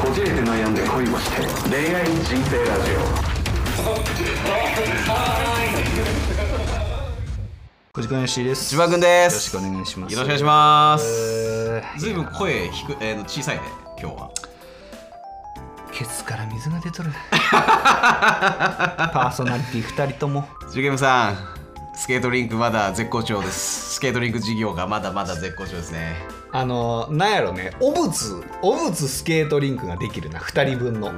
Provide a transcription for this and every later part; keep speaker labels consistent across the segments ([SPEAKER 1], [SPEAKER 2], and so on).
[SPEAKER 1] こじれて悩んで恋をして恋愛人生ラジ
[SPEAKER 2] こじこんよしです。
[SPEAKER 3] 千葉君です
[SPEAKER 2] よろしくお願いします。
[SPEAKER 3] よろしくお願いします
[SPEAKER 2] え
[SPEAKER 3] ずいぶん声低く、えーの小さいね今日は
[SPEAKER 2] ーケツから水が出とる。パーソナリティ二人とも。
[SPEAKER 3] ジュゲムさんスケートリンクまだ絶好調ですスケートリンク事業がまだまだ絶好調ですね
[SPEAKER 2] あのー、なんやろね、お仏、お仏スケートリンクができるな、二人分の。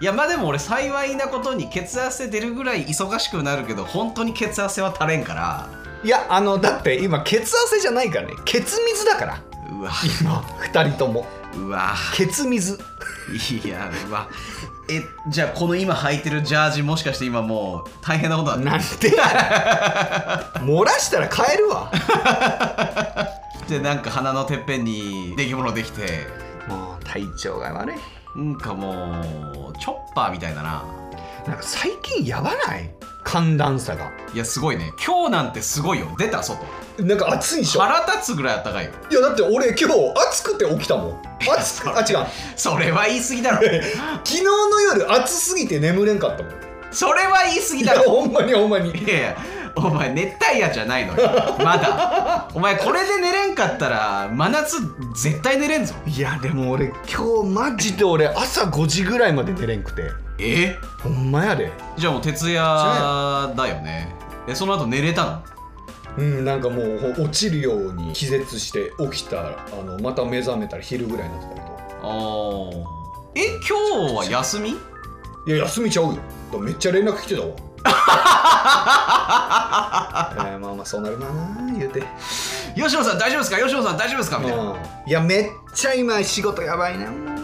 [SPEAKER 3] いやまあでも俺幸いなことに血汗出るぐらい忙しくなるけど本当に血汗は垂れんから
[SPEAKER 2] いや、あの、だって今、ケツ汗じゃないからね、ケツ水だから。
[SPEAKER 3] うわ
[SPEAKER 2] 今、二人とも。
[SPEAKER 3] うわ
[SPEAKER 2] ケツ水。
[SPEAKER 3] いやうわえじゃあこの今履いてるジャージもしかして今もう大変なことにな
[SPEAKER 2] な
[SPEAKER 3] っ
[SPEAKER 2] んでやねん漏らしたら買えるわ。
[SPEAKER 3] てでなんか鼻のてっぺんに出来物できて
[SPEAKER 2] もう、体調が悪い。
[SPEAKER 3] なんかもうチョッパーみたいだな
[SPEAKER 2] なんか最近やばない寒暖差が。
[SPEAKER 3] いやすごいね今日なんてすごいよ出た外
[SPEAKER 2] なんか暑いでしょ
[SPEAKER 3] 腹立つぐらいあったかいよ
[SPEAKER 2] いやだって俺今日暑くて起きた もん暑くあ違う
[SPEAKER 3] それは言い過ぎだろ
[SPEAKER 2] 昨日の夜暑すぎて眠れんかったもん
[SPEAKER 3] それは言い過ぎ
[SPEAKER 2] い
[SPEAKER 3] だ
[SPEAKER 2] や
[SPEAKER 3] ろ
[SPEAKER 2] ほんまにほんまに
[SPEAKER 3] いやいやお前熱帯夜じゃないのよまだお前これで寝れんかったら真夏絶対寝れんぞ
[SPEAKER 2] いやでも俺今日マジで俺朝5時ぐらいまで寝れんくて
[SPEAKER 3] え
[SPEAKER 2] ほんまやで
[SPEAKER 3] じゃあもう徹夜だよねえその後寝れたの
[SPEAKER 2] うんなんかもうほ落ちるように気絶して起きたらあのまた目覚めたら昼ぐらいになってたけど
[SPEAKER 3] おーえ今日は休み
[SPEAKER 2] いや休みちゃうよだからめっちゃ連絡来てた わえーまあまあそうなるなー言うて
[SPEAKER 3] 吉野さん大丈夫ですか吉野さん大丈夫ですかみたいな
[SPEAKER 2] うんいやめっちゃ今仕事やばいなもう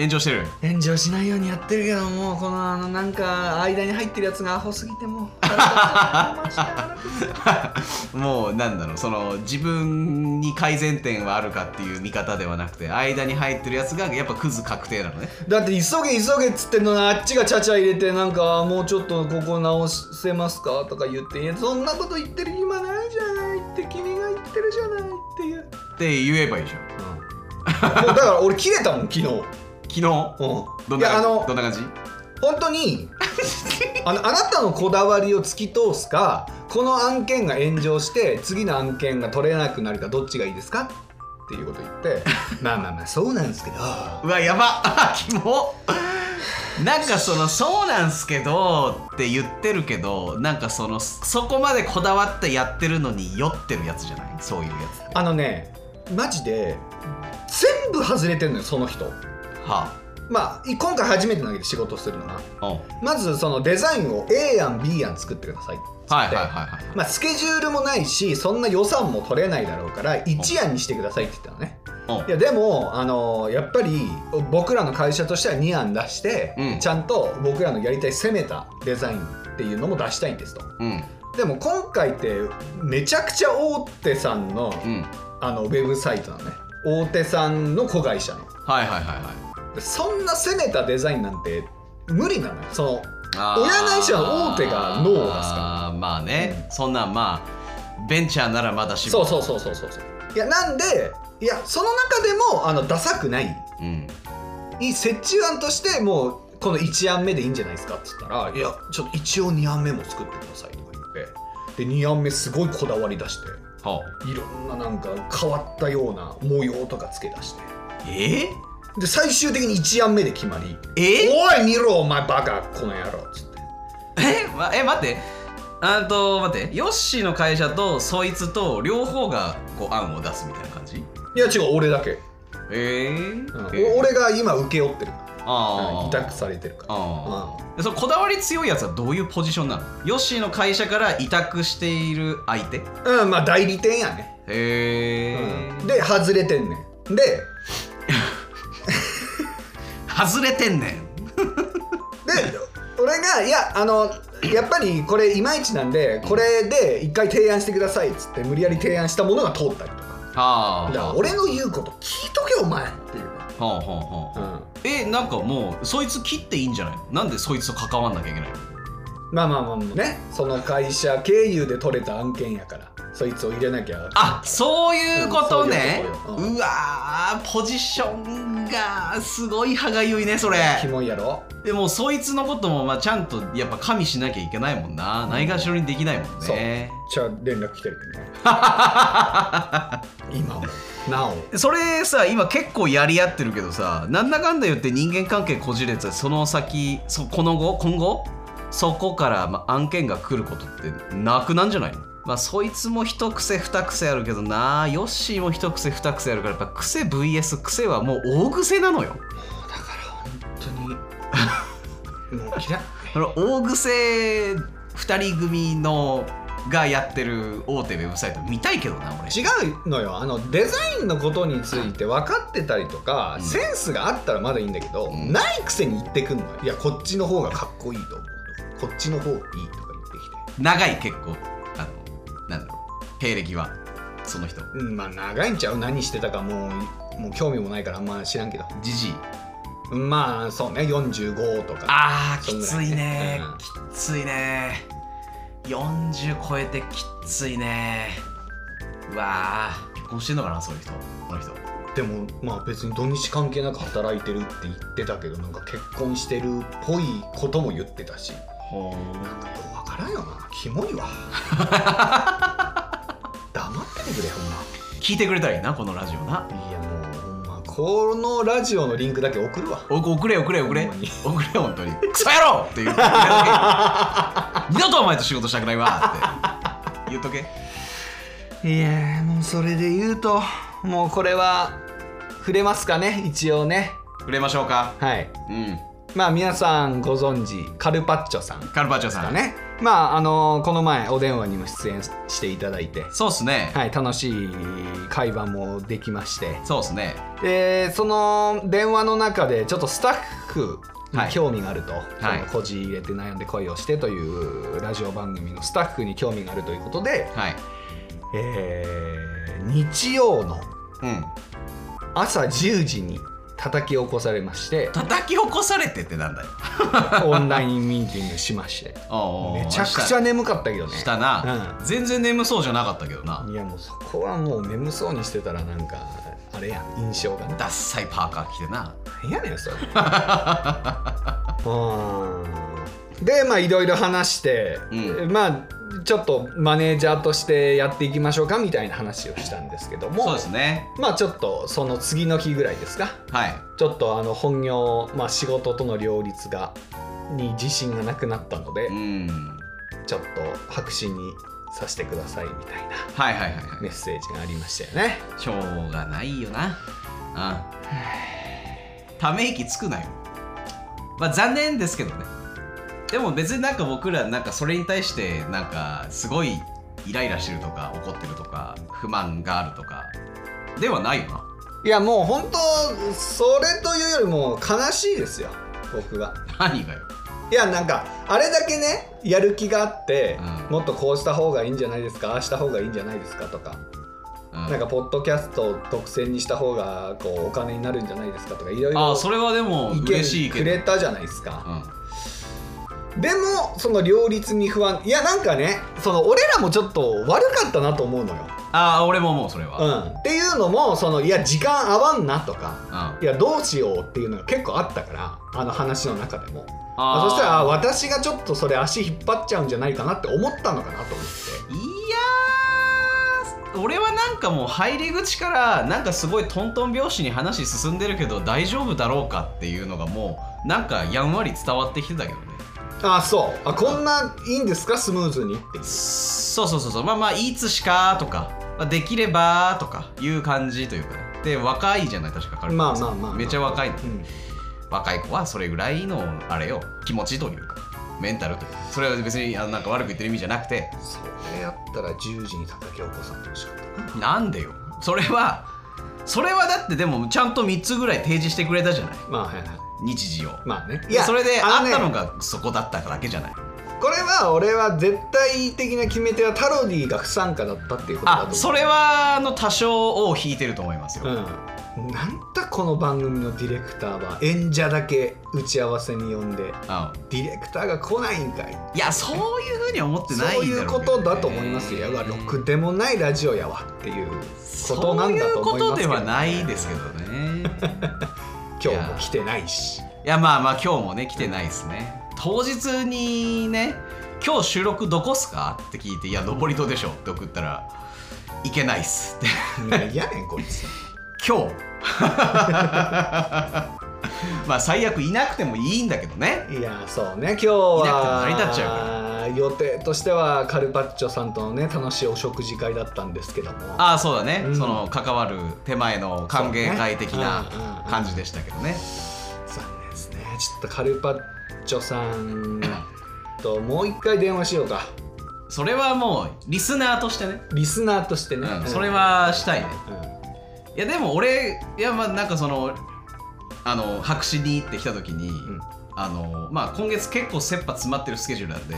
[SPEAKER 3] 炎上してる
[SPEAKER 2] 炎上しないようにやってるけどもうこのあのなんか間に入ってるやつがアホすぎてもう マジで腹立つ
[SPEAKER 3] もうなんだろうその自分に改善点はあるかっていう見方ではなくて間に入ってるやつがやっぱクズ確定なのね
[SPEAKER 2] だって急げ急げっつってんのにあっちがちゃちゃ入れてなんかもうちょっとここ直せますかとか言っていやそんなこと言ってる暇ないじゃないって君が言ってるじゃないっていう、も
[SPEAKER 3] って言えばいいじゃん
[SPEAKER 2] うだから俺切れたもん昨日、うん、
[SPEAKER 3] 昨日どん
[SPEAKER 2] い
[SPEAKER 3] な
[SPEAKER 2] や
[SPEAKER 3] 感
[SPEAKER 2] あの
[SPEAKER 3] じどんな感じ
[SPEAKER 2] 本当にあのあなたのこだわりを突き通すかこの案件が炎上して次の案件が取れなくなるかどっちがいいですかっていうこと言って まあまあまあそうなんですけど
[SPEAKER 3] うわやば あキモなんかその「そうなんすけど」って言ってるけどなんかそのそこまでこだわってやってるのに酔ってるやつじゃないそういうやつ
[SPEAKER 2] あのねマジで全部外れてるのよその人
[SPEAKER 3] は
[SPEAKER 2] まあい今回初めてなわけで仕事するのが
[SPEAKER 3] あうん
[SPEAKER 2] まずそのデザインを A 案 B 案作ってくださいっつって
[SPEAKER 3] はいはいはいはい
[SPEAKER 2] まあ、スケジュールもないしそんな予算も取れないだろうから1案にしてくださいって言ったのね
[SPEAKER 3] うん
[SPEAKER 2] いやでも、あのやっぱり僕らの会社としては2案出して、
[SPEAKER 3] うん
[SPEAKER 2] ちゃんと僕らのやりたい攻めたデザインっていうのも出したいんですと
[SPEAKER 3] うん
[SPEAKER 2] でも今回ってめちゃくちゃ大手さんの
[SPEAKER 3] うん
[SPEAKER 2] あのウェブサイトなのね大手さんの子会社の
[SPEAKER 3] はいはいはいはい
[SPEAKER 2] でそんな攻めたデザインなんて無理なのよその
[SPEAKER 3] あー
[SPEAKER 2] 親会社は大手がノーを出すから
[SPEAKER 3] あーまあね、そんなんまあベンチャーならまだし
[SPEAKER 2] そう
[SPEAKER 3] う、
[SPEAKER 2] そうそうそうそうそういやなんでいやその中でもあのダサくない
[SPEAKER 3] うん、
[SPEAKER 2] いい折衷案としてもうこの1案目でいいんじゃないですかって言ったら「いやちょっと一応2案目も作ってください」とか言ってで2案目すごいこだわり出して
[SPEAKER 3] はい
[SPEAKER 2] ろんななんか変わったような模様とか付け出して
[SPEAKER 3] あえ
[SPEAKER 2] で最終的に1案目で決まり
[SPEAKER 3] ー、え
[SPEAKER 2] おい見ろお前バカこの野郎っつって
[SPEAKER 3] えまえ待ってあんと待ってヨッシーの会社とそいつと両方がこう案を出すみたいな感じ
[SPEAKER 2] いや違う俺だけ、
[SPEAKER 3] えー
[SPEAKER 2] うん
[SPEAKER 3] え
[SPEAKER 2] お俺が今請け負ってるから
[SPEAKER 3] あ
[SPEAKER 2] 委
[SPEAKER 3] あ
[SPEAKER 2] 託されてるから
[SPEAKER 3] ああでそのこだわり強いやつはどういうポジションなのヨッシーの会社から委託している相手へ
[SPEAKER 2] うん、うん、まあ代理店やね、
[SPEAKER 3] え、
[SPEAKER 2] うん、で外れてんねんで
[SPEAKER 3] 外れてんねん
[SPEAKER 2] で俺がいやあのやっぱりこれいまいちなんでこれで一回提案してくださいっつって無理やり提案したものが通ったりとか
[SPEAKER 3] あ
[SPEAKER 2] だから
[SPEAKER 3] あ
[SPEAKER 2] 俺の言うこと聞いとけお前っていうか、
[SPEAKER 3] ほうほうほうえなんかもうそいつ切っていいんじゃないのなんでそいつと関わんなきゃいけないの
[SPEAKER 2] まあまあまあまあねその会社経由で取れた案件やからそいつを入れなきゃ
[SPEAKER 3] あそういうことね
[SPEAKER 2] うんそういうことよう
[SPEAKER 3] うわーポジションがすごい歯がゆいね それ
[SPEAKER 2] キモいやろ
[SPEAKER 3] でもそいつのこともまあちゃんとやっぱ加味しなきゃいけないもんなないがしろにできないもん
[SPEAKER 2] そう
[SPEAKER 3] ね
[SPEAKER 2] じゃあ連絡来てるけど ね今もなお
[SPEAKER 3] それさ今結構やり合ってるけどさなんだかんだ言って人間関係こじれてその先そこの後今後そこから、まあ、案件が来ることってなくなんじゃないのまあそいつも一癖二癖あるけどなヨッシーも一癖二癖あるからやっぱ癖 VS 癖はもう大癖なのよ
[SPEAKER 2] だから本当にもう嫌い
[SPEAKER 3] その大癖二人組のがやってる大手ウェブサイト見たいけどな俺
[SPEAKER 2] 違うのよあのデザインのことについて分かってたりとか、
[SPEAKER 3] うん
[SPEAKER 2] センスがあったらまだいいんだけど、
[SPEAKER 3] うん
[SPEAKER 2] ないくせに言ってくんのよいやこっちの方がかっこいいと思うとかこっちの方がいいとか言ってきて
[SPEAKER 3] 長い結構あのなんだろう経歴はその人
[SPEAKER 2] うんまあ長いんちゃう何してたかもうもう興味もないからあんま知らんけど
[SPEAKER 3] じじい
[SPEAKER 2] まあそうね45とか
[SPEAKER 3] あー
[SPEAKER 2] そ
[SPEAKER 3] き
[SPEAKER 2] んぐ
[SPEAKER 3] つ
[SPEAKER 2] らい
[SPEAKER 3] い
[SPEAKER 2] ね
[SPEAKER 3] ね、きついね40超えてきついねうわー結婚してんのかなそういう人この人
[SPEAKER 2] でもまあ別に土日関係なく働いてるって言ってたけどなんか結婚してるっぽいことも言ってたし
[SPEAKER 3] ほ
[SPEAKER 2] なんかようわからんよなキモ いわ黙っててくれほんま
[SPEAKER 3] 聞いてくれたらいいなこのラジオない
[SPEAKER 2] やもうほんまこのラジオのリンクだけ送るわ
[SPEAKER 3] お送れ送れ送れ
[SPEAKER 2] ほんまに
[SPEAKER 3] 送れ本当にクソ野郎って言ってくれるだけ二度とお前と仕事したくないわって言っとけ
[SPEAKER 2] いやもうそれで言うともうこれは触れますかね一応ね
[SPEAKER 3] 触れましょうか
[SPEAKER 2] はい
[SPEAKER 3] うん
[SPEAKER 2] まあ皆さんご存知カルパッチョさんで
[SPEAKER 3] カルパッチョ
[SPEAKER 2] す
[SPEAKER 3] さ
[SPEAKER 2] か
[SPEAKER 3] ん
[SPEAKER 2] ねまああのこの前お電話にも出演していただいて、
[SPEAKER 3] そうっすね、
[SPEAKER 2] はい、楽しい会話もできまして
[SPEAKER 3] そうっすね
[SPEAKER 2] でその電話の中でちょっとスタッフ
[SPEAKER 3] は
[SPEAKER 2] に
[SPEAKER 3] い
[SPEAKER 2] 興味があると、
[SPEAKER 3] はい
[SPEAKER 2] そのこじ入れて悩んで恋をしてというラジオ番組のスタッフに興味があるということで、
[SPEAKER 3] はい
[SPEAKER 2] えー日曜の
[SPEAKER 3] うん
[SPEAKER 2] 朝10時に叩き起こされまして
[SPEAKER 3] 叩き起こされてってなんだよ
[SPEAKER 2] オンラインミーティングしまして
[SPEAKER 3] おうおうおう
[SPEAKER 2] めちゃくちゃ眠かったけどね
[SPEAKER 3] したな、
[SPEAKER 2] う
[SPEAKER 3] 全然眠そうじゃなかったけどない
[SPEAKER 2] やもうそこはもう眠そうにしてたらなんかあれやん印象がな
[SPEAKER 3] ダッサいパーカー着てな
[SPEAKER 2] 何やね んそれうーんでまあいろいろ話して、
[SPEAKER 3] う
[SPEAKER 2] まあちょっとマネージャーとしてやっていきましょうかみたいな話をしたんですけども
[SPEAKER 3] そうですね
[SPEAKER 2] まあちょっとその次の日ぐらいですか
[SPEAKER 3] はい
[SPEAKER 2] ちょっとあの本業、まあ、仕事との両立がに自信がなくなったので、
[SPEAKER 3] うん
[SPEAKER 2] ちょっと白紙にさせてくださいみたいな
[SPEAKER 3] はいはいはいは
[SPEAKER 2] メッセージがありましたよね
[SPEAKER 3] いしょうがないよなあため息つくなよまあ残念ですけどねでも別になんか僕らなんかそれに対してなんかすごいイライラしてるとか怒ってるとか不満があるとかではないよ ない
[SPEAKER 2] やもう本当それというよりも悲しいですよ僕は
[SPEAKER 3] 何がよ
[SPEAKER 2] いやなんかあれだけねやる気があって、
[SPEAKER 3] うん
[SPEAKER 2] もっとこうした方がいいんじゃないですかああした方がいいんじゃないですかとか、
[SPEAKER 3] うん
[SPEAKER 2] なんかポッドキャストを独占にした方がこうお金になるんじゃないですかとかいろい
[SPEAKER 3] あ
[SPEAKER 2] ろ
[SPEAKER 3] あそれはでも
[SPEAKER 2] 意
[SPEAKER 3] 嬉しい
[SPEAKER 2] 見
[SPEAKER 3] け
[SPEAKER 2] く
[SPEAKER 3] ど
[SPEAKER 2] れたじゃないですか、
[SPEAKER 3] うん
[SPEAKER 2] でもその両立に不安いやなんかねその俺らもちょっと悪かったなと思うのよ、
[SPEAKER 3] ああ俺ももうそれは、
[SPEAKER 2] う
[SPEAKER 3] うん
[SPEAKER 2] ん、っていうのもそのいや時間合わんなとか
[SPEAKER 3] あ
[SPEAKER 2] いやどうしようっていうのが結構あったからあの話の中でも
[SPEAKER 3] ー
[SPEAKER 2] そしたらあ私がちょっとそれ足引っ張っちゃうんじゃないかなって思ったのかなと思って。
[SPEAKER 3] いやー俺はなんかもう入り口からなんかすごいトントン拍子に話進んでるけど大丈夫だろうかっていうのがもうなんかやんわり伝わってきてたけどね
[SPEAKER 2] あそうあこんないいんですかスムーズにって
[SPEAKER 3] そうそうそうそうまあまあいつしかとかまあできればとかいう感じというかねで若いじゃない確か彼
[SPEAKER 2] まあまあまあ
[SPEAKER 3] めっちゃ若いの
[SPEAKER 2] うん
[SPEAKER 3] 若い子はそれぐらいのあれよ気持ちというかメンタルというかそれは別にあのなんか悪く言ってる意味じゃなくて
[SPEAKER 2] それやったら10時に叩き起こさんでほしかったな
[SPEAKER 3] なんでよそれはそれはだってでもちゃんと3つぐらい提示してくれたじゃない
[SPEAKER 2] まあはいはい
[SPEAKER 3] 日時を、
[SPEAKER 2] まあね
[SPEAKER 3] いやそれであ
[SPEAKER 2] あ
[SPEAKER 3] っ
[SPEAKER 2] ね
[SPEAKER 3] たのがそこだっただけじゃない
[SPEAKER 2] これは俺は絶対的な決め手はタロディが不参加だったっていうことだと
[SPEAKER 3] あ
[SPEAKER 2] 思う
[SPEAKER 3] それはあの多少を引いてると思いますよ、
[SPEAKER 2] うんなんだこの番組のディレクターは演者だけ打ち合わせに呼んで
[SPEAKER 3] う
[SPEAKER 2] ディレクターが来ないんかい
[SPEAKER 3] んいやそういうふうには思ってないんだ
[SPEAKER 2] そう
[SPEAKER 3] ろ
[SPEAKER 2] いう
[SPEAKER 3] けど
[SPEAKER 2] こ
[SPEAKER 3] ね
[SPEAKER 2] とだと思いますよ。いやろくでもないラジオやわっていうことなんだと思いますけど、ね、
[SPEAKER 3] そういうことではないですけどね
[SPEAKER 2] 今日も来てないし。
[SPEAKER 3] いやまあまあ今日もね来てないですね当日にね「今日収録どこっすか?」って聞いて「いや登戸でしょ」って送ったら「いけないっす」 って
[SPEAKER 2] 何やねんこ いつ。
[SPEAKER 3] 「今日」まあ最悪いなくてもいいんだけどね
[SPEAKER 2] いやそう
[SPEAKER 3] いな
[SPEAKER 2] ね今日
[SPEAKER 3] くても成り立っちゃ
[SPEAKER 2] は予定としてはカルパッチョさんとのね楽しいお食事会だったんですけども。
[SPEAKER 3] ああそうだね、
[SPEAKER 2] うん
[SPEAKER 3] その関わる手前の歓迎会的
[SPEAKER 2] そうねうんうん
[SPEAKER 3] な
[SPEAKER 2] うん
[SPEAKER 3] 感じでしたけどね
[SPEAKER 2] 残念ですね。ちょっとカルパッチョさんともう一回電話しようか。
[SPEAKER 3] それはもうリスナーとしてね、
[SPEAKER 2] リスナーとしてね。
[SPEAKER 3] うん、それ。はしたいね
[SPEAKER 2] うん
[SPEAKER 3] いやでも俺いやまあなんかそのあの白紙にって来た時に、
[SPEAKER 2] ん
[SPEAKER 3] あのまあ今月結構切羽詰まってるスケジュールなんで、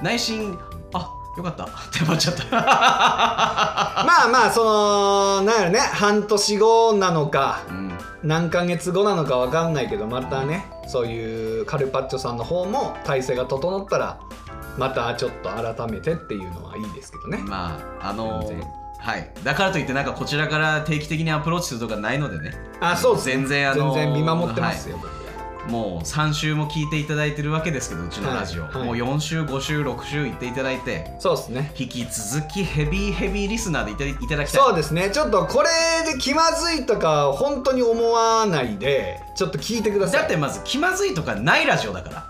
[SPEAKER 3] 内心あよかったって思っちゃった、
[SPEAKER 2] まあまあそのなんやろね半年後なのか
[SPEAKER 3] うん、
[SPEAKER 2] 何ヶ月後なのかわかんないけどまたねそういうカルパッチョさんの方も体制が整ったらまたちょっと改めてっていうのはいいですけどね
[SPEAKER 3] まああの
[SPEAKER 2] 全然
[SPEAKER 3] はいだからといってなんかこちらから定期的にアプローチするとかないのでね
[SPEAKER 2] あそうですね
[SPEAKER 3] 全然あの
[SPEAKER 2] 全然見守ってますよ、
[SPEAKER 3] もう3週も聞いていただいてるわけですけどうちのラジオ、
[SPEAKER 2] はいはい
[SPEAKER 3] もう4週5週6週行っていただいて
[SPEAKER 2] 僕そうですね
[SPEAKER 3] 引き続きヘビーヘビーリスナーでいたいただきたい
[SPEAKER 2] そうですねちょっとこれで気まずいとか本当に思わないでちょっと聞いてください
[SPEAKER 3] だってまず気まずいとかないラジオだ から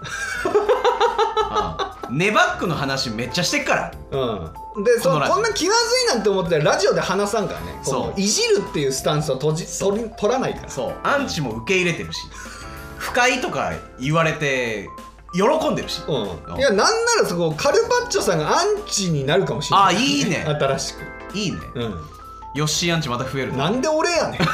[SPEAKER 3] うんネバックの話めっちゃしてっから
[SPEAKER 2] うん、でそ
[SPEAKER 3] このラジオ
[SPEAKER 2] こんな気まずいなんて思ってたらラジオで話さんからね
[SPEAKER 3] そう
[SPEAKER 2] このいじるっていうスタンスは閉じ取り取らないから
[SPEAKER 3] そうアンチも受け入れてるし不快とか言われて喜んでるし、
[SPEAKER 2] うん、いやなんならそこカルパッチョさんがアンチになるかもしれない、
[SPEAKER 3] あいいね
[SPEAKER 2] 新しく、
[SPEAKER 3] いいね
[SPEAKER 2] う
[SPEAKER 3] ヨッシーアンチまた増える
[SPEAKER 2] ん、
[SPEAKER 3] な
[SPEAKER 2] なんで俺やねん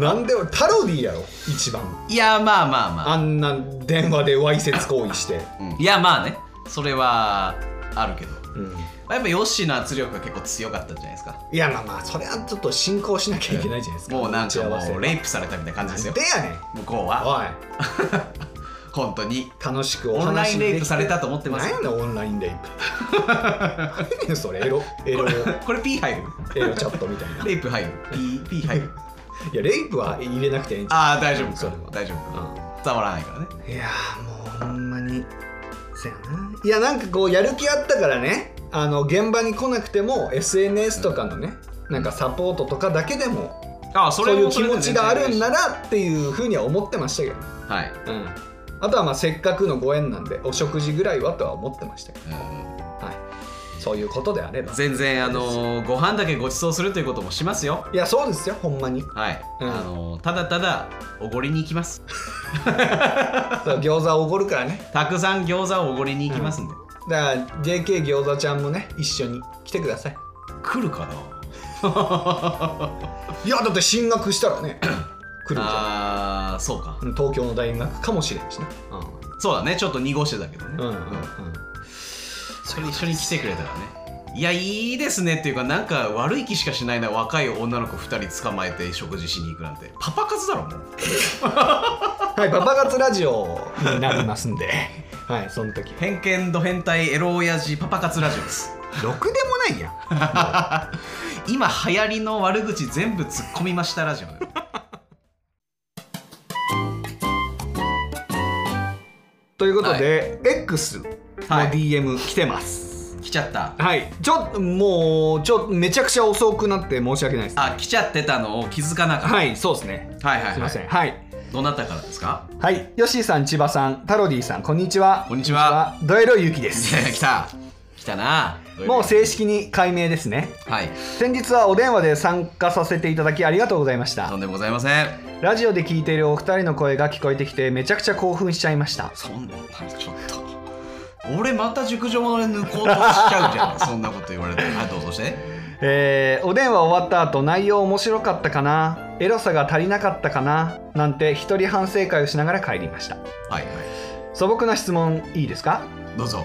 [SPEAKER 2] なんで俺タロディやろ一番
[SPEAKER 3] いやまあまあまあ
[SPEAKER 2] あんな電話でわいせつ行為して、
[SPEAKER 3] うんいやまあねそれはあるけど
[SPEAKER 2] うん、
[SPEAKER 3] やっぱヨッシーの圧力が結構強かったんじゃないですか
[SPEAKER 2] いやまあまあそれはちょっと進行しなきゃいけないじゃないです か
[SPEAKER 3] もうなんか
[SPEAKER 2] 打ち合
[SPEAKER 3] も
[SPEAKER 2] わ
[SPEAKER 3] う
[SPEAKER 2] せ
[SPEAKER 3] レイプされたみたいな感じです
[SPEAKER 2] なん
[SPEAKER 3] よ
[SPEAKER 2] でやねん
[SPEAKER 3] 向こうは
[SPEAKER 2] おい
[SPEAKER 3] 本当に
[SPEAKER 2] 楽しくお
[SPEAKER 3] オンライ
[SPEAKER 2] 話
[SPEAKER 3] ン
[SPEAKER 2] でき
[SPEAKER 3] レイプされたと思ってます
[SPEAKER 2] 何やねんオンラインレイプ何やねんそれエロエロ
[SPEAKER 3] これ P 入る
[SPEAKER 2] エロチャットみたいない
[SPEAKER 3] レイプ入る P, P 入る
[SPEAKER 2] やレイプは入れなくていいんじゃん
[SPEAKER 3] ああ大丈夫
[SPEAKER 2] そ
[SPEAKER 3] か
[SPEAKER 2] れは
[SPEAKER 3] 大丈夫か伝わらないからね
[SPEAKER 2] いやーもうほんまにそやないやなんかこうやる気あったからねあの現場に来なくても SNS とかのね、なんかサポートとかだけでも、
[SPEAKER 3] ああそ
[SPEAKER 2] そ
[SPEAKER 3] れ
[SPEAKER 2] ういう
[SPEAKER 3] も
[SPEAKER 2] 気持ちがあるんならっていうふうには思ってましたけどね、
[SPEAKER 3] はい、
[SPEAKER 2] うん、あとはまあせっかくのご縁なんでお食事ぐらいはとは思ってましたけ
[SPEAKER 3] う
[SPEAKER 2] ど、はい、そういうことであれば
[SPEAKER 3] ん、全然あのーご飯だけご馳走するということもしますよ
[SPEAKER 2] いやそうですよほんまに
[SPEAKER 3] はい、
[SPEAKER 2] うん
[SPEAKER 3] あのーただただおごりに行きます
[SPEAKER 2] そう餃子おごるからね
[SPEAKER 3] たくさん餃子をおごりに行きますんで、
[SPEAKER 2] だから JK 餃子ちゃんもね一緒に来てください
[SPEAKER 3] 来るかない
[SPEAKER 2] やだって進学したら ね来るんじゃん
[SPEAKER 3] あーそうか
[SPEAKER 2] うん東京の大学かもしれんしね
[SPEAKER 3] そうだねちょっと濁してたけどね、
[SPEAKER 2] うんうんうん
[SPEAKER 3] それ一緒に来てくれたらねいやいいですねっていうかなんか悪い気しかしないな若い女の子2人捕まえて食事しに行くなんてパパ活だろもう
[SPEAKER 2] はいパパ活ラジオになりますんで はいその時
[SPEAKER 3] 偏見ド変態エロ親父パパ活ラジオです
[SPEAKER 2] ろくでもないや ん
[SPEAKER 3] 今流行りの悪口全部突っ込みましたラジオだよ
[SPEAKER 2] ということで、X の
[SPEAKER 3] はい
[SPEAKER 2] DM 来てます
[SPEAKER 3] 来ちゃった
[SPEAKER 2] はい、ちょっともうちょっとめちゃくちゃ遅くなって申し訳ないです
[SPEAKER 3] あ来ちゃってたのを気づかなかっ
[SPEAKER 2] はいそうですね
[SPEAKER 3] たはいはいはい
[SPEAKER 2] すいませんはい
[SPEAKER 3] どなたからですか
[SPEAKER 2] はい、ヨッシーさん、千葉さん、タロディさん、こんにちは。
[SPEAKER 3] こんにちは。
[SPEAKER 2] ドエロゆうきです。
[SPEAKER 3] 来た来たな
[SPEAKER 2] もう正式に解明ですね。
[SPEAKER 3] はい
[SPEAKER 2] 先日はお電話で参加させていただきありがとうございまし
[SPEAKER 3] と
[SPEAKER 2] た
[SPEAKER 3] ん。でもございません
[SPEAKER 2] ラジオで聞いているお二人の声が聞こえてきてめちゃくちゃ興奮しちゃいました。
[SPEAKER 3] そんなちょっと俺また熟女物で抜こうとしちゃうじ ゃんそんなこと言われてはいどうぞして
[SPEAKER 2] えー、お電話終わった後内容面白かったかなエロさが足りなかったかななんて一人反省会をしながら帰りました。
[SPEAKER 3] はいは
[SPEAKER 2] 素朴な質問いいですか
[SPEAKER 3] いどうぞ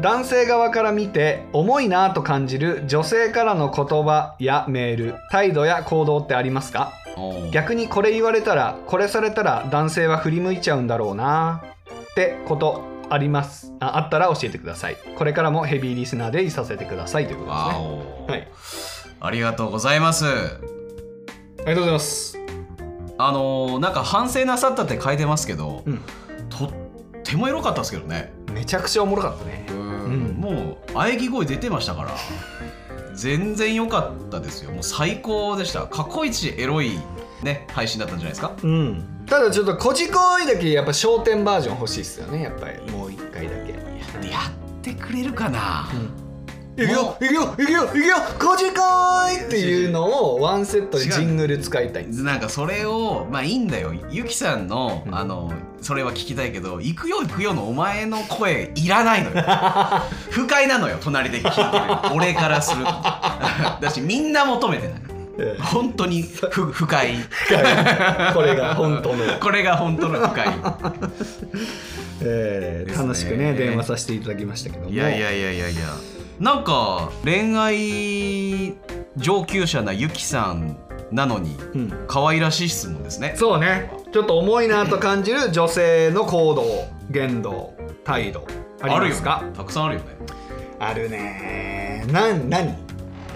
[SPEAKER 2] 男性側から見て重いなぁと感じる女性からの言葉やメール態度や行動ってありますか
[SPEAKER 3] おー
[SPEAKER 2] 逆にこれ言われたらこれされたら男性は振り向いちゃうんだろうなってことありますああったら教えてくださいこれからもヘビーリスナーでいさせてくださいということです
[SPEAKER 3] わ
[SPEAKER 2] ね
[SPEAKER 3] お、
[SPEAKER 2] はい
[SPEAKER 3] ありがとうございます
[SPEAKER 2] ありがとうございます
[SPEAKER 3] あのーなんか反省なさったって書いてますけど、
[SPEAKER 2] うん
[SPEAKER 3] とってもエロかったですけどね
[SPEAKER 2] めちゃくちゃおもろかったねん
[SPEAKER 3] もう喘ぎ声出てましたから全然良かったですよもう最高でした過去一エロいね配信だったんじゃないですか
[SPEAKER 2] うんただちょっとこじこいだけやっぱ焦点バージョン欲しいっすよねやっぱりもう一回だけ
[SPEAKER 3] やってくれるかな、
[SPEAKER 2] いくよいくよいくよいくよこじこいっていうのをワンセットで
[SPEAKER 3] 違う
[SPEAKER 2] ジングル使いたいんです
[SPEAKER 3] なんかそれをまあいいんだよゆきさんの,、
[SPEAKER 2] うん
[SPEAKER 3] あのそれは聞きたいけど「行くよ行くよ」のお前の声いらないの よ不快なのよ隣で聞いてる俺からするとだしみんな求めてない
[SPEAKER 2] ええ
[SPEAKER 3] 本当に不不快
[SPEAKER 2] これが本 当の、
[SPEAKER 3] これが本当の不快
[SPEAKER 2] ええ
[SPEAKER 3] ですね
[SPEAKER 2] 楽しくね電話させていただきましたけども
[SPEAKER 3] いやいやいやいやいやなんか恋愛上級者なゆきさんなのに
[SPEAKER 2] うん
[SPEAKER 3] 可愛らしい質問ですね
[SPEAKER 2] そうねちょっと重いなと感じる女性の行動言動態度ありま
[SPEAKER 3] ある
[SPEAKER 2] すか
[SPEAKER 3] よねたくさんあるよね
[SPEAKER 2] あるねなん何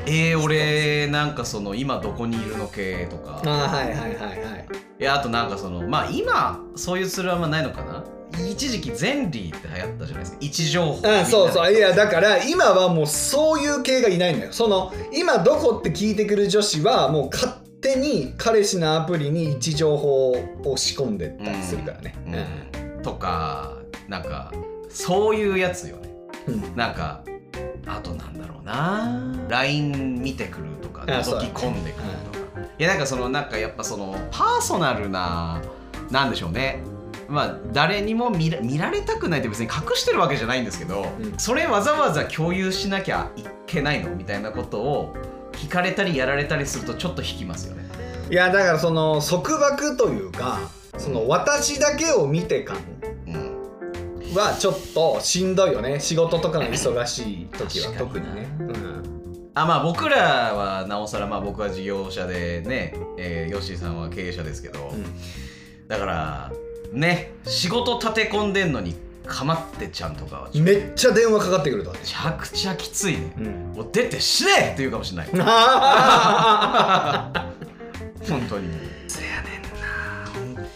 [SPEAKER 3] えー、俺なんかその今どこにいるの系とか
[SPEAKER 2] あはいはいはいはい
[SPEAKER 3] いやあとなんかそのまあ今そういうツールはあんまないのかな一時期ゼンリーって流行ったじゃないですか位置情報
[SPEAKER 2] うん、そうそういやだ
[SPEAKER 3] ら
[SPEAKER 2] から今はもうそういう系がいないのよその今どこって聞いてくる女子はもう勝手に彼氏のアプリに位置情報を仕込んでったりするからね
[SPEAKER 3] うんとかなんかそういうやつよね
[SPEAKER 2] うん、
[SPEAKER 3] なんかあとなんだろうな LINE 見てくるとか
[SPEAKER 2] あそ
[SPEAKER 3] 覗
[SPEAKER 2] うだ
[SPEAKER 3] き
[SPEAKER 2] ね
[SPEAKER 3] 込んでくるとか、いやなんかそのなんかやっぱそのパーソナルななんでしょうねまあ誰にも見ら見られたくないって別に隠してるわけじゃないんですけど、
[SPEAKER 2] うん
[SPEAKER 3] それわざわざ共有しなきゃいけないのみたいなことを聞かれたりやられたりするとちょっと引きますよね。
[SPEAKER 2] いやだからその束縛というかその私だけを見て感
[SPEAKER 3] うん、
[SPEAKER 2] はちょっとしんどいよね仕事とかの忙しい時は
[SPEAKER 3] 確
[SPEAKER 2] 特
[SPEAKER 3] か
[SPEAKER 2] に
[SPEAKER 3] に
[SPEAKER 2] ね
[SPEAKER 3] な、
[SPEAKER 2] うん、
[SPEAKER 3] あまあ僕らはなおさらまあ僕は事業者でね、えー、ヨッシーさんは経営者ですけど。
[SPEAKER 2] うん
[SPEAKER 3] だからね仕事立て込んでんのにかまってちゃんとかはめ
[SPEAKER 2] めっちゃ電話かかってくるとかね
[SPEAKER 3] ちゃくちゃきついね、
[SPEAKER 2] うん
[SPEAKER 3] もう出て死ねって言うかもし れない本当に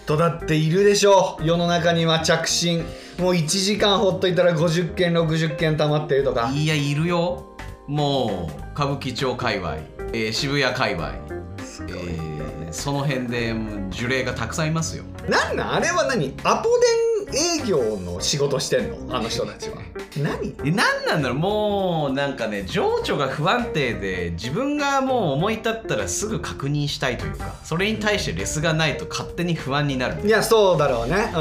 [SPEAKER 2] とだっているでしょう世の中には着信もう1時間ほっといたら50件60件溜まってるとか
[SPEAKER 3] いやいるよもう歌舞伎町界隈、えー渋谷界隈、えーその辺でもう呪霊がたくさんいますよ
[SPEAKER 2] なんなんあれは何アポ電営業の仕事してんのあの人たちは何
[SPEAKER 3] え何なんだろうもうなんかね情緒が不安定で自分がもう思い立ったらすぐ確認したいというかそれに対してレスがないと勝手に不安になる
[SPEAKER 2] いやそうだろうね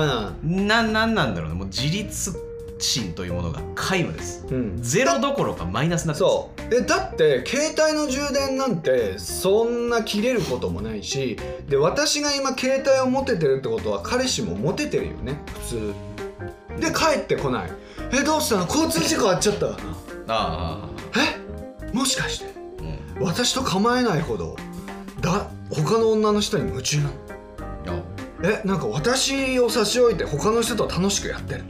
[SPEAKER 3] ななんなんだろうねもう自立心というものが皆無です
[SPEAKER 2] うんうん
[SPEAKER 3] ゼロどころかマイナスになってます
[SPEAKER 2] そうえだって携帯の充電なんてそんな切れることもないしで私が今携帯を持ててるってことは彼氏も持ててるよね普通で帰ってこないえどうしたの交通事故あっちゃったかな
[SPEAKER 3] あ
[SPEAKER 2] えもしかして
[SPEAKER 3] あ、うん、
[SPEAKER 2] 私と構えないほどだ他の女の人に夢中なのえなんか私を差し置いて他の人と楽しくやってる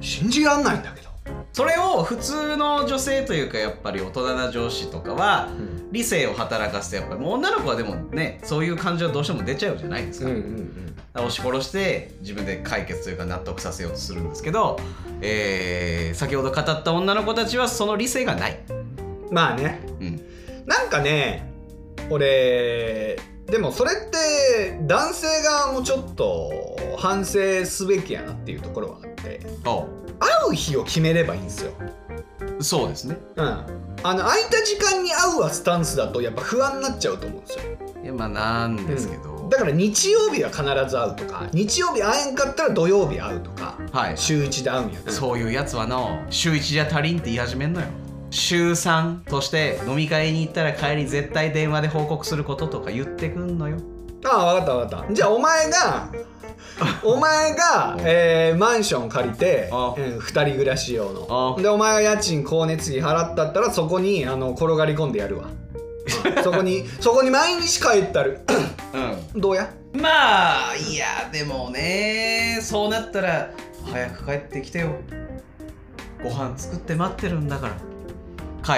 [SPEAKER 2] 信じらんないんだけど、
[SPEAKER 3] それを普通の女性というかやっぱり大人な上司とかは理性を働かせてやっぱりもう女の子はでもねそういう感情どうしても出ちゃうじゃないですか、
[SPEAKER 2] ん
[SPEAKER 3] 押し殺して自分で解決というか納得させようとするんですけど、えー先ほど語った女の子たちはその理性がない、
[SPEAKER 2] うんまあね
[SPEAKER 3] うん、
[SPEAKER 2] なんかね俺でもそれって男性側もちょっと反省すべきやなっていうところはあって会う日を決めればいいんですよ。
[SPEAKER 3] そうですね
[SPEAKER 2] うん、あの空いた時間に会うはスタンスだとやっぱ不安になっちゃうと思うんですよ。
[SPEAKER 3] いやまあなんですけど、
[SPEAKER 2] だから日曜日は必ず会うとか日曜日会えんかったら土曜日会うとか
[SPEAKER 3] はい
[SPEAKER 2] 週1で会うんやつ
[SPEAKER 3] そういうやつはの週1じゃ足りんって言い始めんのよ週3として飲み会に行ったら帰り絶対電話で報告することとか言ってくんのよ
[SPEAKER 2] ああ分かった分かったじゃあお前がお前が、えーマンション借りて、
[SPEAKER 3] あ
[SPEAKER 2] うん、2人暮らし用の
[SPEAKER 3] あ
[SPEAKER 2] でお前が家賃光熱費払ったったらそこにあの転がり込んでやるわうんそこに そこに毎日帰ったる
[SPEAKER 3] う
[SPEAKER 2] どうや
[SPEAKER 3] んまあいやでもねそうなったら早く帰ってきてよご飯作って待ってるんだから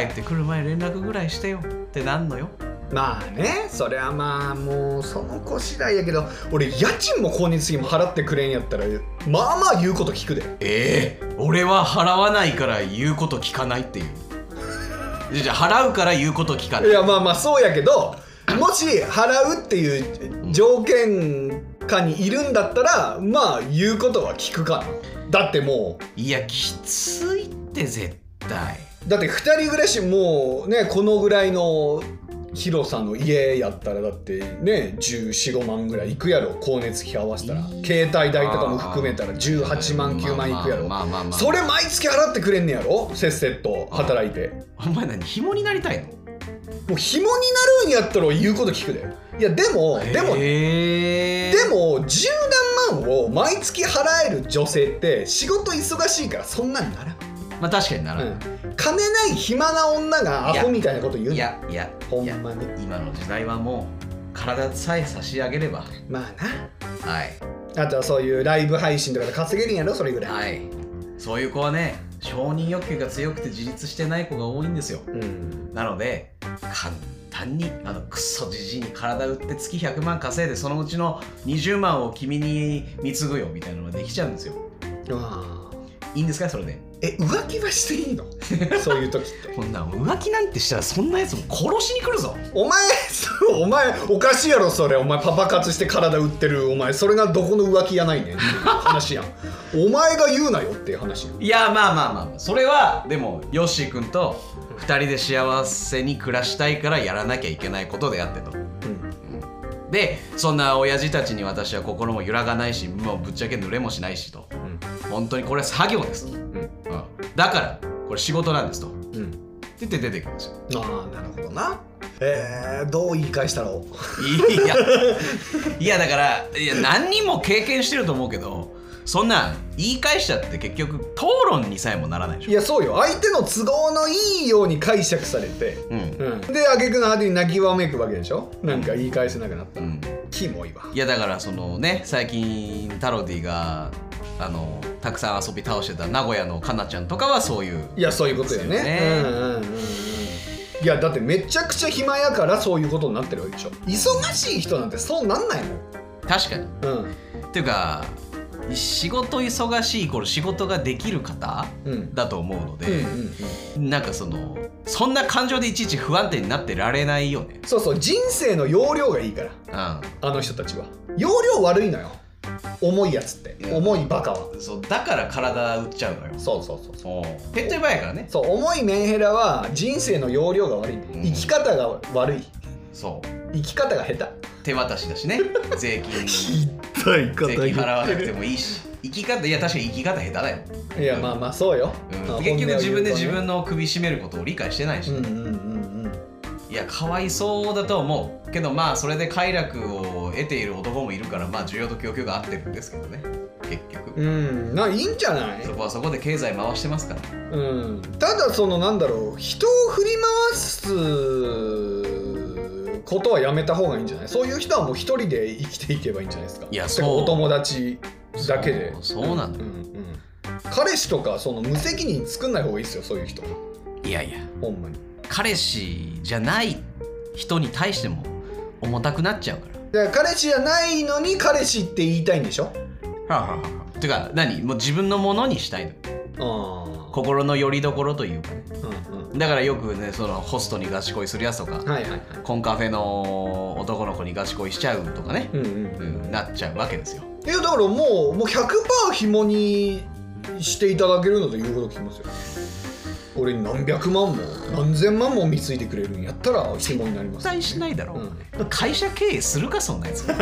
[SPEAKER 3] 帰ってくる前連絡ぐらいしてよってなんのよ
[SPEAKER 2] まあねそれはまあもうその子次第やけど俺家賃も光熱費も払ってくれんやったらまあまあ言うこと聞くで
[SPEAKER 3] ええ俺は払わないから言うこと聞かないっていうじゃじゃ払うから言うこと聞かないい
[SPEAKER 2] やまあまあそうやけどもし払うっていう条件下にいるんだったらまあ言うことは聞くかなだっても
[SPEAKER 3] いやきついって絶対
[SPEAKER 2] うだって2人暮らしもうねこのぐらいの広さの家やったらだってね1415万ぐらいいくやろ光熱費合わせたら
[SPEAKER 3] いい
[SPEAKER 2] 携帯代とかも含めたら18万9万いくやろ
[SPEAKER 3] まあまあまあまあ
[SPEAKER 2] それ毎月払ってくれんねやろせっせと働いて
[SPEAKER 3] お前何紐になりたいの
[SPEAKER 2] もう紐になるんやったら言うこと聞くでいやでもでも
[SPEAKER 3] ええ
[SPEAKER 2] でも10何万を毎月払える女性って仕事忙しいからそんなんならん、
[SPEAKER 3] まあ確かにならない、
[SPEAKER 2] うん金ない暇な女がアホみたいなこと言うの
[SPEAKER 3] いやいや
[SPEAKER 2] ほ
[SPEAKER 3] い
[SPEAKER 2] ん
[SPEAKER 3] や
[SPEAKER 2] まに
[SPEAKER 3] 今の時代はもう体さえ差し上げれば
[SPEAKER 2] まあ
[SPEAKER 3] はい
[SPEAKER 2] なあとはそういうライブ配信とかで稼げるんやろそれぐらい、
[SPEAKER 3] はいそういう子はね承認欲求が強くて自立してない子が多いんですよ
[SPEAKER 2] うん
[SPEAKER 3] なので簡単にあのクソじじいに体売って月100万稼いでそのうちの20万を君に貢ぐよみたいなのができちゃうんですよ
[SPEAKER 2] あー
[SPEAKER 3] いいんですかそれで
[SPEAKER 2] え浮気はしていい のそういう時って
[SPEAKER 3] こんなん浮気なんてしたらそんなやつも殺しに来るぞ
[SPEAKER 2] お前 そうお前おかしいやろそれお前パパ活して体売ってるお前それがどこの浮気やないねんっていう 話やんお前が言うなよっていう話やん
[SPEAKER 3] いやまあまあまあそれはでもヨッシー君と2人で幸せに暮らしたいからやらなきゃいけないことであってと
[SPEAKER 2] うん
[SPEAKER 3] でそんな親父たちに私は心も揺らがないしもうぶっちゃけ濡れもしないしと本当にこれは作業ですと、うん、
[SPEAKER 2] うん
[SPEAKER 3] だからこれ仕事なんですと
[SPEAKER 2] うんうん
[SPEAKER 3] って言って出てくるんですよ
[SPEAKER 2] ああなるほどなえー、どう言い返したろう
[SPEAKER 3] いやいやだからいや何人も経験してると思うけどそんなん言い返しちゃって結局討論にさえもならないで
[SPEAKER 2] い
[SPEAKER 3] しょ
[SPEAKER 2] やそうよ相手の都合のいいように解釈されて、
[SPEAKER 3] うん、
[SPEAKER 2] うん、で挙句の果てに泣きわめくわけでしょなんか言い返せなくなった
[SPEAKER 3] う
[SPEAKER 2] ら、
[SPEAKER 3] ん、
[SPEAKER 2] キモいわ
[SPEAKER 3] いやだからそのね最近タロディがあのたくさん遊び倒してた名古屋のかなちゃんとかはそういう
[SPEAKER 2] いやそういうことよね
[SPEAKER 3] ですよね
[SPEAKER 2] うんうんうんうんいやだってめちゃくちゃ暇やからそういうことになってるわけでしょ忙しい人なんてそうなんないもん
[SPEAKER 3] 確かに
[SPEAKER 2] うん
[SPEAKER 3] っていうか仕事忙しいイコール仕事ができる方
[SPEAKER 2] うんうん
[SPEAKER 3] だと思うの
[SPEAKER 2] うん
[SPEAKER 3] で、
[SPEAKER 2] うん
[SPEAKER 3] なんかそのそんな感情でいちいち不安定になってられないよね
[SPEAKER 2] そうそう人生の容量がいいから
[SPEAKER 3] う
[SPEAKER 2] あの人たちは容量悪いのよ重いやつって
[SPEAKER 3] いや
[SPEAKER 2] 重いバカは
[SPEAKER 3] んそうだから体打っちゃうのよ
[SPEAKER 2] そうそうそう
[SPEAKER 3] 手っ取り早いからね
[SPEAKER 2] そう重いメンヘラは人生の容量が悪い、
[SPEAKER 3] ん
[SPEAKER 2] 生き方が悪い
[SPEAKER 3] そう
[SPEAKER 2] 生き方が下手
[SPEAKER 3] 手渡しだしね税金税
[SPEAKER 2] ひどい
[SPEAKER 3] 金払わなくてもいいし生き方いや確かに生き方下手だよ、
[SPEAKER 2] いやまあまあそうよ、ま
[SPEAKER 3] う
[SPEAKER 2] あ
[SPEAKER 3] ん、結局自分で自
[SPEAKER 2] 本
[SPEAKER 3] 分の首絞めることを理解してないし、
[SPEAKER 2] 音を言うとねうんうんうん
[SPEAKER 3] いやかわいそうだとは思うけどまあそれで快楽を得ている男もいるからまあ需要と供給が合ってるんですけどね結局、
[SPEAKER 2] うんうんないいんじゃない
[SPEAKER 3] そこはそこで経済回してますから
[SPEAKER 2] うんただそのなんだろう人を振り回すことはやめた方がいいんじゃないそういう人はもう一人で生きていけばいいんじゃないですか
[SPEAKER 3] いや
[SPEAKER 2] てか
[SPEAKER 3] そう
[SPEAKER 2] お友達だけで
[SPEAKER 3] そうそうなんだ
[SPEAKER 2] うんうん彼氏とかその無責任に作んない方がいいですよそういう人
[SPEAKER 3] いやいや
[SPEAKER 2] ほんまに
[SPEAKER 3] 彼氏じゃない人に対しても重たくなっちゃうから
[SPEAKER 2] だから彼氏じゃないのに彼氏って言いたいんでしょ
[SPEAKER 3] はははてか何もう自分のものにしたいの
[SPEAKER 2] ああ
[SPEAKER 3] 心の拠り所というかね
[SPEAKER 2] うんうん
[SPEAKER 3] だからよくねそのホストにガチ恋するやつとか、
[SPEAKER 2] はいはいはい
[SPEAKER 3] コンカフェの男の子にガチ恋しちゃうとかね、
[SPEAKER 2] うんうん
[SPEAKER 3] う
[SPEAKER 2] うんん
[SPEAKER 3] なっちゃうわけですよ
[SPEAKER 2] いやだからもうもう100%紐にしていただけるのと言うこと聞きますよ俺に何百万も何千万も貢いでくれるんやったら紐になりま
[SPEAKER 3] 絶
[SPEAKER 2] すよ、
[SPEAKER 3] 対しないだろ、
[SPEAKER 2] うん
[SPEAKER 3] 会社経営するかそんなやつ
[SPEAKER 2] っていう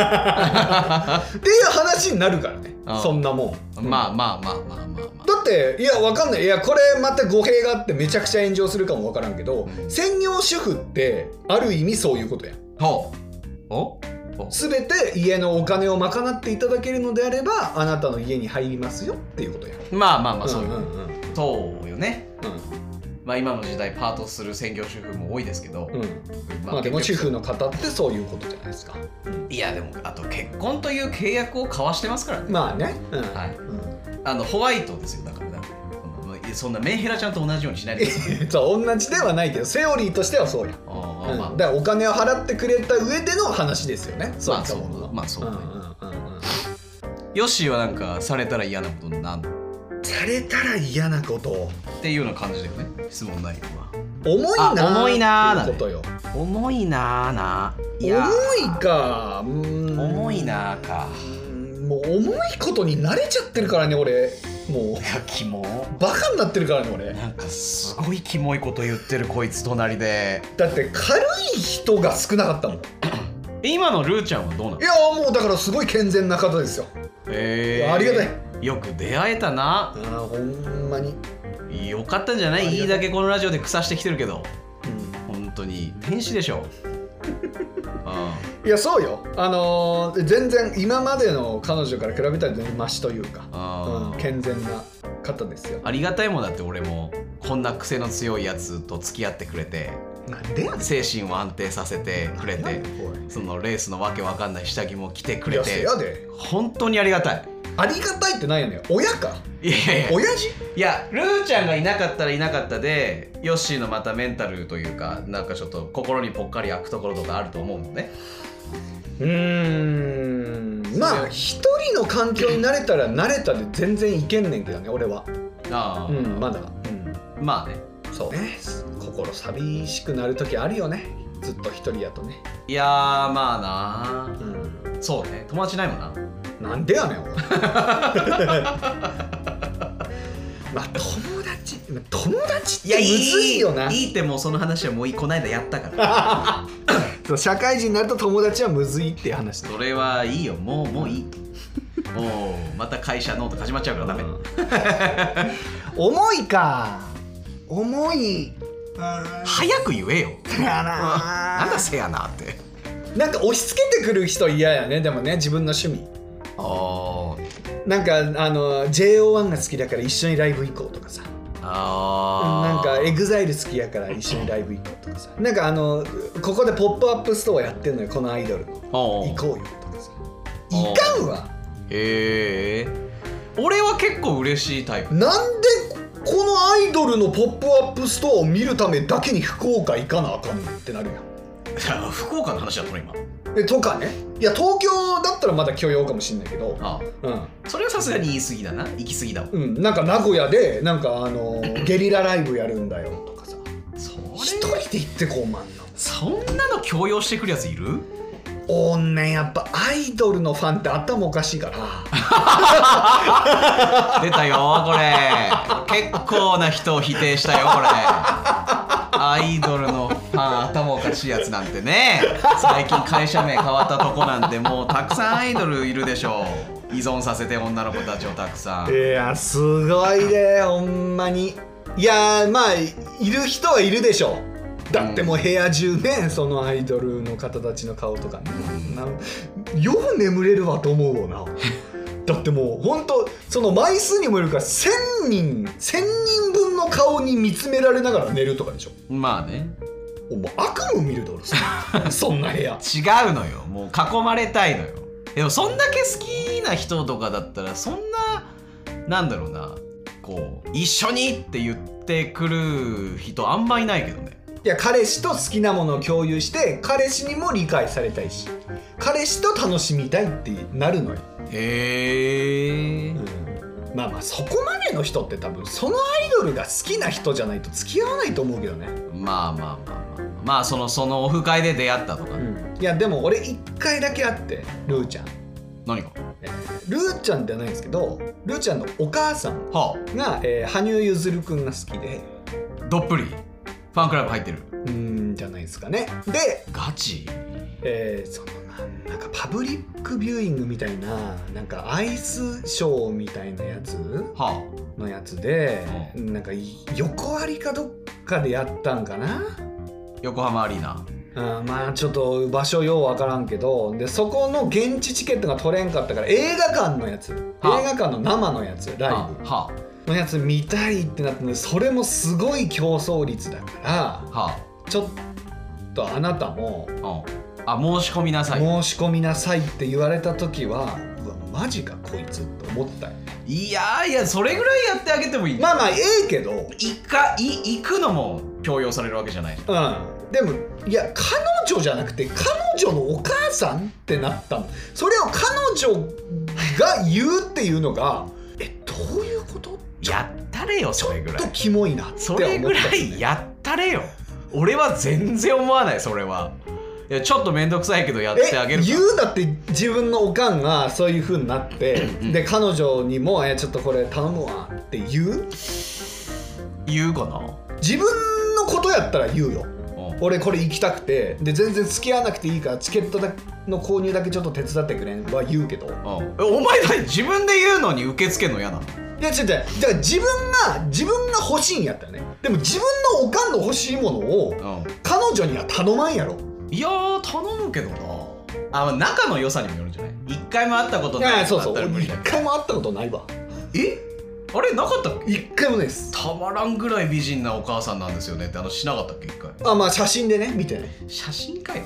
[SPEAKER 2] 話になるからね
[SPEAKER 3] ああ
[SPEAKER 2] そんなもん、
[SPEAKER 3] まあまあまあまあまあまあ
[SPEAKER 2] だっていやわかんないいやこれまた語弊があってめちゃくちゃ炎上するかもわからんけど、
[SPEAKER 3] うん
[SPEAKER 2] 専業主婦ってある意味そういうことやん
[SPEAKER 3] ほうおお
[SPEAKER 2] 全て家のお金を賄っていただけるのであればあなたの家に入りますよっていうことや
[SPEAKER 3] まあまあまあそう
[SPEAKER 2] う
[SPEAKER 3] い
[SPEAKER 2] ん
[SPEAKER 3] う
[SPEAKER 2] う
[SPEAKER 3] こ
[SPEAKER 2] んうん
[SPEAKER 3] とそうよねまあ今の時代パートする専業主婦も多いですけど、
[SPEAKER 2] うんうんまあでも主
[SPEAKER 3] 結局
[SPEAKER 2] 婦の方ってそういうことじゃないですか
[SPEAKER 3] いやでもあと結婚という契約を交わしてますからね
[SPEAKER 2] まあねうん
[SPEAKER 3] はい
[SPEAKER 2] うん
[SPEAKER 3] あのホワイトですよだからだってそのそんなメンヘラちゃんと同じようにしないでください
[SPEAKER 2] そう同じではないけどセオリーとしてはそうや
[SPEAKER 3] あー
[SPEAKER 2] うん
[SPEAKER 3] まあ
[SPEAKER 2] だからお金を払ってくれた上での話ですよねそういったものの
[SPEAKER 3] まあそうまあ
[SPEAKER 2] うんうんうんうん
[SPEAKER 3] ヨッシーはなんかされたら嫌なことなんっ
[SPEAKER 2] されたら嫌なこと
[SPEAKER 3] ていうような感じだよね質問内容は
[SPEAKER 2] 重いなー
[SPEAKER 3] あ重いなー
[SPEAKER 2] っていうことよ
[SPEAKER 3] 重いなあな
[SPEAKER 2] 重いかうーん
[SPEAKER 3] 重いなあか
[SPEAKER 2] うんもう重いことに慣れちゃってるからね俺も
[SPEAKER 3] いやキモ
[SPEAKER 2] うバカになってるからね俺
[SPEAKER 3] なんかすごいキモいこと言ってるこいつ隣で
[SPEAKER 2] だって軽い人が少なかったもんい
[SPEAKER 3] 今のルーちゃんはどうなの
[SPEAKER 2] やーもうだからすごい健全な方ですよ
[SPEAKER 3] え
[SPEAKER 2] ありがた
[SPEAKER 3] いよく出会えたな
[SPEAKER 2] あーほんまに、
[SPEAKER 3] よかったんじゃな
[SPEAKER 2] あ
[SPEAKER 3] い
[SPEAKER 2] り
[SPEAKER 3] いい
[SPEAKER 2] がとう
[SPEAKER 3] だけこのラジオで腐してきてるけど本当に天使でしょ う
[SPEAKER 2] いやそうよあのー全然今までの彼女から比べたら全然マシというか、
[SPEAKER 3] あ
[SPEAKER 2] うん、健全な方ですよ
[SPEAKER 3] んありがたいもんだって俺もこんな癖の強いやつと付き合ってくれて
[SPEAKER 2] なんでやねん
[SPEAKER 3] 精神を安定させてくれて
[SPEAKER 2] おい
[SPEAKER 3] そのレースのわけわかんない下着も着てく
[SPEAKER 2] い
[SPEAKER 3] れ
[SPEAKER 2] やせ
[SPEAKER 3] て
[SPEAKER 2] やで
[SPEAKER 3] 本当にありがたい
[SPEAKER 2] ありがたいってないよね親か
[SPEAKER 3] いやいやいや
[SPEAKER 2] 親父
[SPEAKER 3] いやルーちゃんがいなかったらいなかったでヨッシーのまたメンタルというかなんかちょっと心にぽっかり開くところとかあると思うのね
[SPEAKER 2] うーんまあ一人の環境に慣れたら慣れたで全然いけんねんけどね俺は
[SPEAKER 3] ああ、
[SPEAKER 2] うんまだうん
[SPEAKER 3] まあね
[SPEAKER 2] そうね心寂しくなる時あるよねずっと一人やとね
[SPEAKER 3] いやーまあな
[SPEAKER 2] うん
[SPEAKER 3] そうね友達ないもんな
[SPEAKER 2] なんでやねん 俺まあ友達友達ってむずいよない
[SPEAKER 3] いってもうその話はもういいこないだやったから
[SPEAKER 2] そう社会人になると友達はむずいっていう話だ
[SPEAKER 3] それはいいよもうもういいもうまた会社ノート始まっちゃうからダメ、
[SPEAKER 2] 重いか重い
[SPEAKER 3] 早く言えよ
[SPEAKER 2] や
[SPEAKER 3] なんだせやなって
[SPEAKER 2] なんか押し付けてくる人嫌やねでもね自分の趣味
[SPEAKER 3] あ
[SPEAKER 2] なんかあの JO1 が好きだから一緒にライブ行こうとかさ
[SPEAKER 3] ーあ
[SPEAKER 2] なんか
[SPEAKER 3] え
[SPEAKER 2] EXILE 好きやから一緒にライブ行こうとかさなんかあのここで「ポップアップストアやってんのよこのアイドルの行こうよとかさいかんわ
[SPEAKER 3] へえ俺は結構嬉しいタイプ
[SPEAKER 2] なんでこのアイドルの「ポップアップストアを見るためだけに福岡行かなあかんのってなるやん
[SPEAKER 3] 福岡の話だったの今
[SPEAKER 2] えとかねいや東京だったらまだ許容かもしんないけど
[SPEAKER 3] あ
[SPEAKER 2] うん
[SPEAKER 3] それはさすがに言い過ぎだな行き過ぎだわ
[SPEAKER 2] うん、なんか名古屋でなんかあのーゲリラライブやるんだよとかさ
[SPEAKER 3] そ
[SPEAKER 2] 一人で行ってこうまんな
[SPEAKER 3] そんなの強要してくるやついる
[SPEAKER 2] おんねんやっぱアイドルのファンって頭おかしいから
[SPEAKER 3] 出たよこれ結構な人を否定したよこれアイドルのファン頭おかしいやつなんてね最近会社名変わったとこなんてもうたくさんアイドルいるでしょう依存させて女の子たちをたくさん
[SPEAKER 2] いやすごいで ほんまにいやーまあいる人はいるでしょうだってもう部屋中ねそのアイドルの方たちの顔とかねなんよう眠れるわと思うよな だってもうほんとその枚数にもよるから1,000人1,000人分の顔に見つめられながら寝るとかでしょ
[SPEAKER 3] まあね
[SPEAKER 2] お前悪夢見るだろ そそんな部屋
[SPEAKER 3] 違うのよもう囲まれたいのよでもそんだけ好きな人とかだったらそんななんだろうなこう一緒にって言ってくる人あんまいないけどね
[SPEAKER 2] いや彼氏と好きなものを共有して彼氏にも理解されたいし彼氏と楽しみたいってなるのよ、
[SPEAKER 3] へえ
[SPEAKER 2] まあまあそこまでの人って多分そのアイドルが好きな人じゃないと付き合わないと思うけどね、
[SPEAKER 3] まあまあまあまあまあそのそのオフ会で出会ったとか、
[SPEAKER 2] いやでも俺一回だけ会ってルーちゃん
[SPEAKER 3] 何か
[SPEAKER 2] ルーちゃんじゃないんですけどルーちゃんのお母さん
[SPEAKER 3] は
[SPEAKER 2] が、えー羽生結弦君が好きで
[SPEAKER 3] あどっぷりファンクラブ入ってる
[SPEAKER 2] うーんじゃないですかねで
[SPEAKER 3] ガチ
[SPEAKER 2] えーそのなんなんかパブリックビューイングみたいななんかアイスショーみたいなやつ
[SPEAKER 3] は
[SPEAKER 2] のやつで、
[SPEAKER 3] う
[SPEAKER 2] なんかい横割りかどっかでやったんかな
[SPEAKER 3] あ横浜アリーナ
[SPEAKER 2] うん、まあちょっと場所ようわからんけどでそこの現地チケットが取れんかったから映画館のやつ映
[SPEAKER 3] はあ
[SPEAKER 2] 画館の生のやつライ
[SPEAKER 3] は
[SPEAKER 2] ブ
[SPEAKER 3] は
[SPEAKER 2] のやつ見たいってなったのでそれもすごい競争率だから
[SPEAKER 3] は
[SPEAKER 2] ちょっとあなたも
[SPEAKER 3] あ、うん、あ申し込みなさい
[SPEAKER 2] 申し込みなさいって言われた時はうわマジかこいつと思ったよ
[SPEAKER 3] いやーいやそれぐらいやってあげてもいい、
[SPEAKER 2] まあまあええけどうん
[SPEAKER 3] いかい行くのも強要されるわけじゃない
[SPEAKER 2] でもいや彼女じゃなくて彼女のお母さんってなったのそれを彼女が言うっていうのがえどういうことちょ
[SPEAKER 3] やったれよそれぐ
[SPEAKER 2] っ
[SPEAKER 3] ら
[SPEAKER 2] と
[SPEAKER 3] い
[SPEAKER 2] キモいなって思った
[SPEAKER 3] それぐらいやったれよ俺は全然思わないそれはいやちょっと面倒くさいけどやってあげ
[SPEAKER 2] え
[SPEAKER 3] るか
[SPEAKER 2] 言うだって自分のおかんがそういう風になってで彼女にも「えちょっとこれ頼むわ」って言う
[SPEAKER 3] 言うかな
[SPEAKER 2] 自分のことやったら言うよ
[SPEAKER 3] うん
[SPEAKER 2] 俺これ行きたくてで全然付き合わなくていいからチケットだの購入だけちょっと手伝ってくれんは言うけど
[SPEAKER 3] うんえお前何自分で言うのに受け付けんの嫌なの
[SPEAKER 2] いや違う違うだから自分が自分が欲しいんやったらねでも自分のおかんの欲しいものを
[SPEAKER 3] う
[SPEAKER 2] 彼女には頼まんやろ
[SPEAKER 3] んいやー頼むけどなあまあ仲の良さにもよるんじゃない一回も会ったこと
[SPEAKER 2] い
[SPEAKER 3] ない
[SPEAKER 2] や
[SPEAKER 3] 人
[SPEAKER 2] そう
[SPEAKER 3] だったら
[SPEAKER 2] そう
[SPEAKER 3] 無
[SPEAKER 2] 俺
[SPEAKER 3] 理
[SPEAKER 2] 一
[SPEAKER 3] だけど
[SPEAKER 2] 回も会ったことないわ
[SPEAKER 3] えあれなかったっけ
[SPEAKER 2] 一回もないです
[SPEAKER 3] たまらんぐらい美人なお母さんなんですよねってあのしなかったっけ一回
[SPEAKER 2] あまあ写真でね見てね
[SPEAKER 3] 写真かよ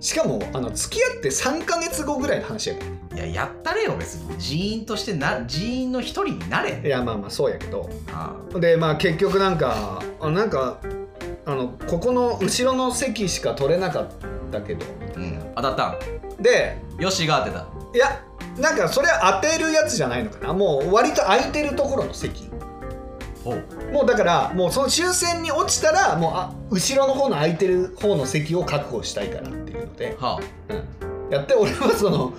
[SPEAKER 2] しかもあの付き合って3ヶ月後ぐらいの話やけどね
[SPEAKER 3] いややったれよ別に人員としてな人員の一人になれ
[SPEAKER 2] いやまあまあそうやけど
[SPEAKER 3] あ
[SPEAKER 2] でまあ結局なんかあなんかあのここの後ろの席しか取れなかったけど
[SPEAKER 3] あうん当たった
[SPEAKER 2] で
[SPEAKER 3] んよしが当てた
[SPEAKER 2] いやなんかそれは当てるやつじゃないのかなもう割と空いてるところの席
[SPEAKER 3] ほう
[SPEAKER 2] もうだからもうその終戦に落ちたらもうあ後ろの方の空いてる方の席を確保したいからっていうので、
[SPEAKER 3] は
[SPEAKER 2] うん、やって俺はその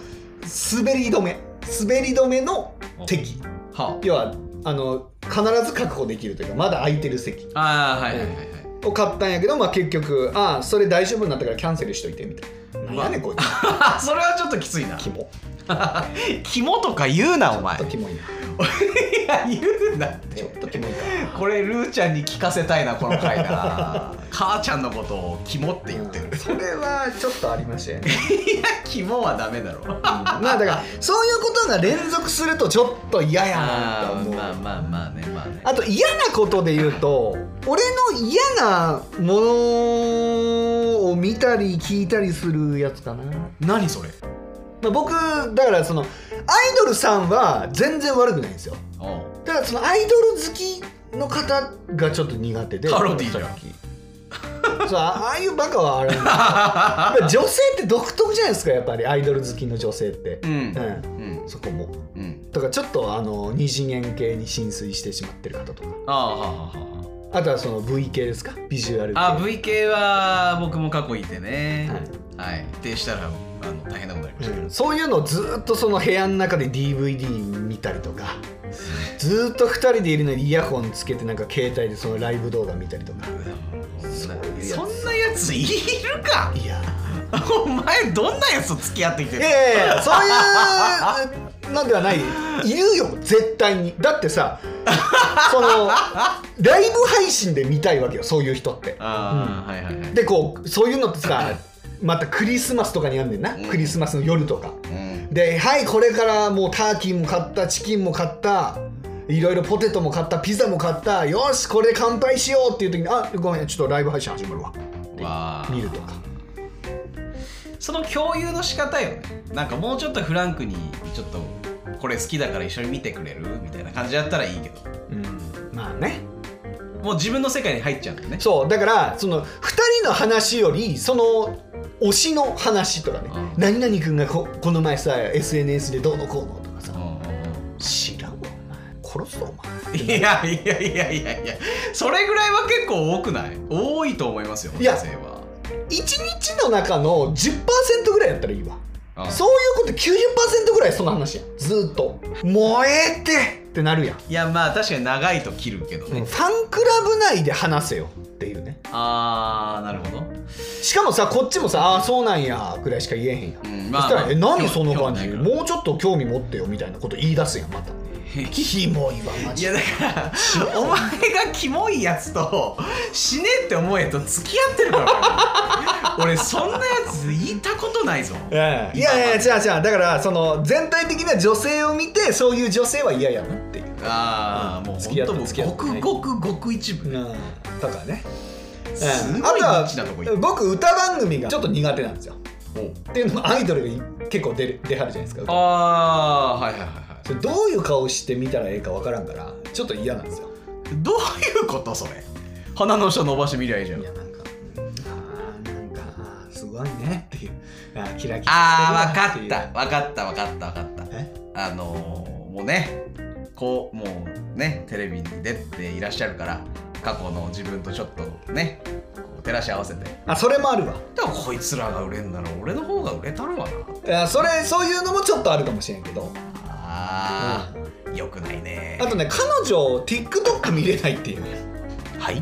[SPEAKER 2] 滑り止め滑り止めの席
[SPEAKER 3] あは
[SPEAKER 2] 要はあの必ず確保できるというかまだ空いてる席
[SPEAKER 3] ああーはいはいはいはい
[SPEAKER 2] を買ったんやけど、まあ、結局ああそれ大丈夫になったからキャンセルしといてみたいな何やねんこい つ
[SPEAKER 3] それはちょっときついな
[SPEAKER 2] キモ
[SPEAKER 3] 肝とか言うなお前
[SPEAKER 2] ちょっとキモいな
[SPEAKER 3] や言うなって
[SPEAKER 2] ちょっとキモいか
[SPEAKER 3] これルーちゃんに聞かせたいなこの回な母ちゃんのことを肝って言ってる
[SPEAKER 2] うんそれはちょっとありましたよね
[SPEAKER 3] いや肝はダメだろ
[SPEAKER 2] まあだからそういうことが連続するとちょっと嫌やなと
[SPEAKER 3] あー
[SPEAKER 2] 思う
[SPEAKER 3] まあ
[SPEAKER 2] あ
[SPEAKER 3] まあまあねまあね
[SPEAKER 2] と嫌なことで言うと俺の嫌なものを見たり聞いたりするやつかな、ま
[SPEAKER 3] 何それ
[SPEAKER 2] あ、僕だからそのアイドルさんは全然悪くないんですよ
[SPEAKER 3] おう
[SPEAKER 2] ただそのアイドル好きの方がちょっと苦手で
[SPEAKER 3] パロディじゃん
[SPEAKER 2] そうあああいうバカはあれなんで すよ女性って独特じゃないですかやっぱりアイドル好きの女性って
[SPEAKER 3] う、ん
[SPEAKER 2] うん、
[SPEAKER 3] うん
[SPEAKER 2] そこも
[SPEAKER 3] うん
[SPEAKER 2] とかちょっとあの二次元系に浸水してしまってる方とか
[SPEAKER 3] ああはあは
[SPEAKER 2] あとはその V 系ですかビジュアル系
[SPEAKER 3] あはあ VK は僕も過去いてね
[SPEAKER 2] はい
[SPEAKER 3] はい停止したらあの大変なことになりましたけ
[SPEAKER 2] う
[SPEAKER 3] ど
[SPEAKER 2] んそういうのをずっとその部屋の中で DVD 見たりとかずっと2人でいるのにイヤホンつけてなんか携帯でそのライブ動画見たりとか
[SPEAKER 3] そんな
[SPEAKER 2] そういうやつ
[SPEAKER 3] そんなやついるか
[SPEAKER 2] いや
[SPEAKER 3] お前どんなやつと付き合ってきて
[SPEAKER 2] い
[SPEAKER 3] る
[SPEAKER 2] やいやいやそういうのではないいるよ絶対にだってさそのライブ配信で見たいわけよそういう人って
[SPEAKER 3] ああ、はいはいはい。
[SPEAKER 2] でこうそういうのってさまたクリスマスとかにあんねんな、
[SPEAKER 3] うん
[SPEAKER 2] クリスマスの夜とか
[SPEAKER 3] うん、
[SPEAKER 2] ではいこれからもうターキーも買ったチキンも買ったいろいろポテトも買ったピザも買ったよしこれで乾杯しようっていう時にあごめんちょっとライブ配信始まるわ
[SPEAKER 3] わあ
[SPEAKER 2] 見るとか
[SPEAKER 3] その共有の仕方よね。なんかもうちょっとフランクに、ちょっとこれ好きだから一緒に見てくれるみたいな感じだったらいいけど、
[SPEAKER 2] うんまあね
[SPEAKER 3] もう自分の世界に入っちゃうんだよね。
[SPEAKER 2] そうだからその2人の話よりその推しの話とかね
[SPEAKER 3] うん
[SPEAKER 2] 何々君がここの前さ SNS でどうのこうのとかさ
[SPEAKER 3] うん
[SPEAKER 2] 知らんわお前殺すぞお前
[SPEAKER 3] うんうんいやいやいやいやいや、それぐらいは結構多くない多いと思いますよ、
[SPEAKER 2] いや
[SPEAKER 3] 女性は。
[SPEAKER 2] 1日の中の10%ぐらいやったらいいわ
[SPEAKER 3] うん
[SPEAKER 2] そういうこと90%ぐらいその話やんずーっと「燃えて!」ってなるやん、
[SPEAKER 3] いやまあ確かに長いと切るけどね。
[SPEAKER 2] ファンクラブ内で話せよっていうね
[SPEAKER 3] ああ、なるほど。
[SPEAKER 2] しかもさこっちもさ「ああそうなんや」ぐらいしか言えへんやん、
[SPEAKER 3] うん
[SPEAKER 2] そしたら「え何その
[SPEAKER 3] 興味
[SPEAKER 2] 感
[SPEAKER 3] な
[SPEAKER 2] じ
[SPEAKER 3] いから
[SPEAKER 2] もうちょっと興味持ってよ」みたいなこと言い出すやんまたキモいわマ
[SPEAKER 3] い
[SPEAKER 2] ジ
[SPEAKER 3] や
[SPEAKER 2] で
[SPEAKER 3] だ からお前がキモいやつと死ねって思えと付き合ってるから 俺俺そんなやつ言いたことないぞ
[SPEAKER 2] いやいやいや違う違うだからその全体的な女性を見てそういう女性は嫌やなっていう
[SPEAKER 3] ああもう
[SPEAKER 2] 付き合
[SPEAKER 3] 本当
[SPEAKER 2] って
[SPEAKER 3] もう
[SPEAKER 2] 付き合
[SPEAKER 3] ご
[SPEAKER 2] って
[SPEAKER 3] く
[SPEAKER 2] ね
[SPEAKER 3] ごくごく一部
[SPEAKER 2] うんとかね
[SPEAKER 3] す
[SPEAKER 2] うん
[SPEAKER 3] ごいニ
[SPEAKER 2] あ
[SPEAKER 3] ッチなとこ行
[SPEAKER 2] とは
[SPEAKER 3] っ
[SPEAKER 2] 僕歌番組がちょっと苦手なんですよ
[SPEAKER 3] たお
[SPEAKER 2] っていうのもアイドルがい結構出る出はるじゃないですか
[SPEAKER 3] あーはいはいはいは
[SPEAKER 2] それどういう顔してみたらええかわからんからちょっと嫌なんですよ
[SPEAKER 3] いどういうことそれ鼻の下伸ばしてみりゃいいじゃん
[SPEAKER 2] いやなんかあーなんかあーすごいねっていうあーキラキラ
[SPEAKER 3] ああ
[SPEAKER 2] して
[SPEAKER 3] 分
[SPEAKER 2] るわ
[SPEAKER 3] かった分かった分かった分かっ
[SPEAKER 2] え
[SPEAKER 3] たあのー、もうねこうもうねテレビに出ていらっしゃるから過去の自分とちょっとねこう照らし合わせてで
[SPEAKER 2] あそれもあるわ
[SPEAKER 3] もこいつらが売れんなら俺の方が売れたるわない
[SPEAKER 2] やそれそういうのもちょっとあるかもしれんけど
[SPEAKER 3] あー、よくないね
[SPEAKER 2] あとね彼女を TikTok 見れないっていうね
[SPEAKER 3] はい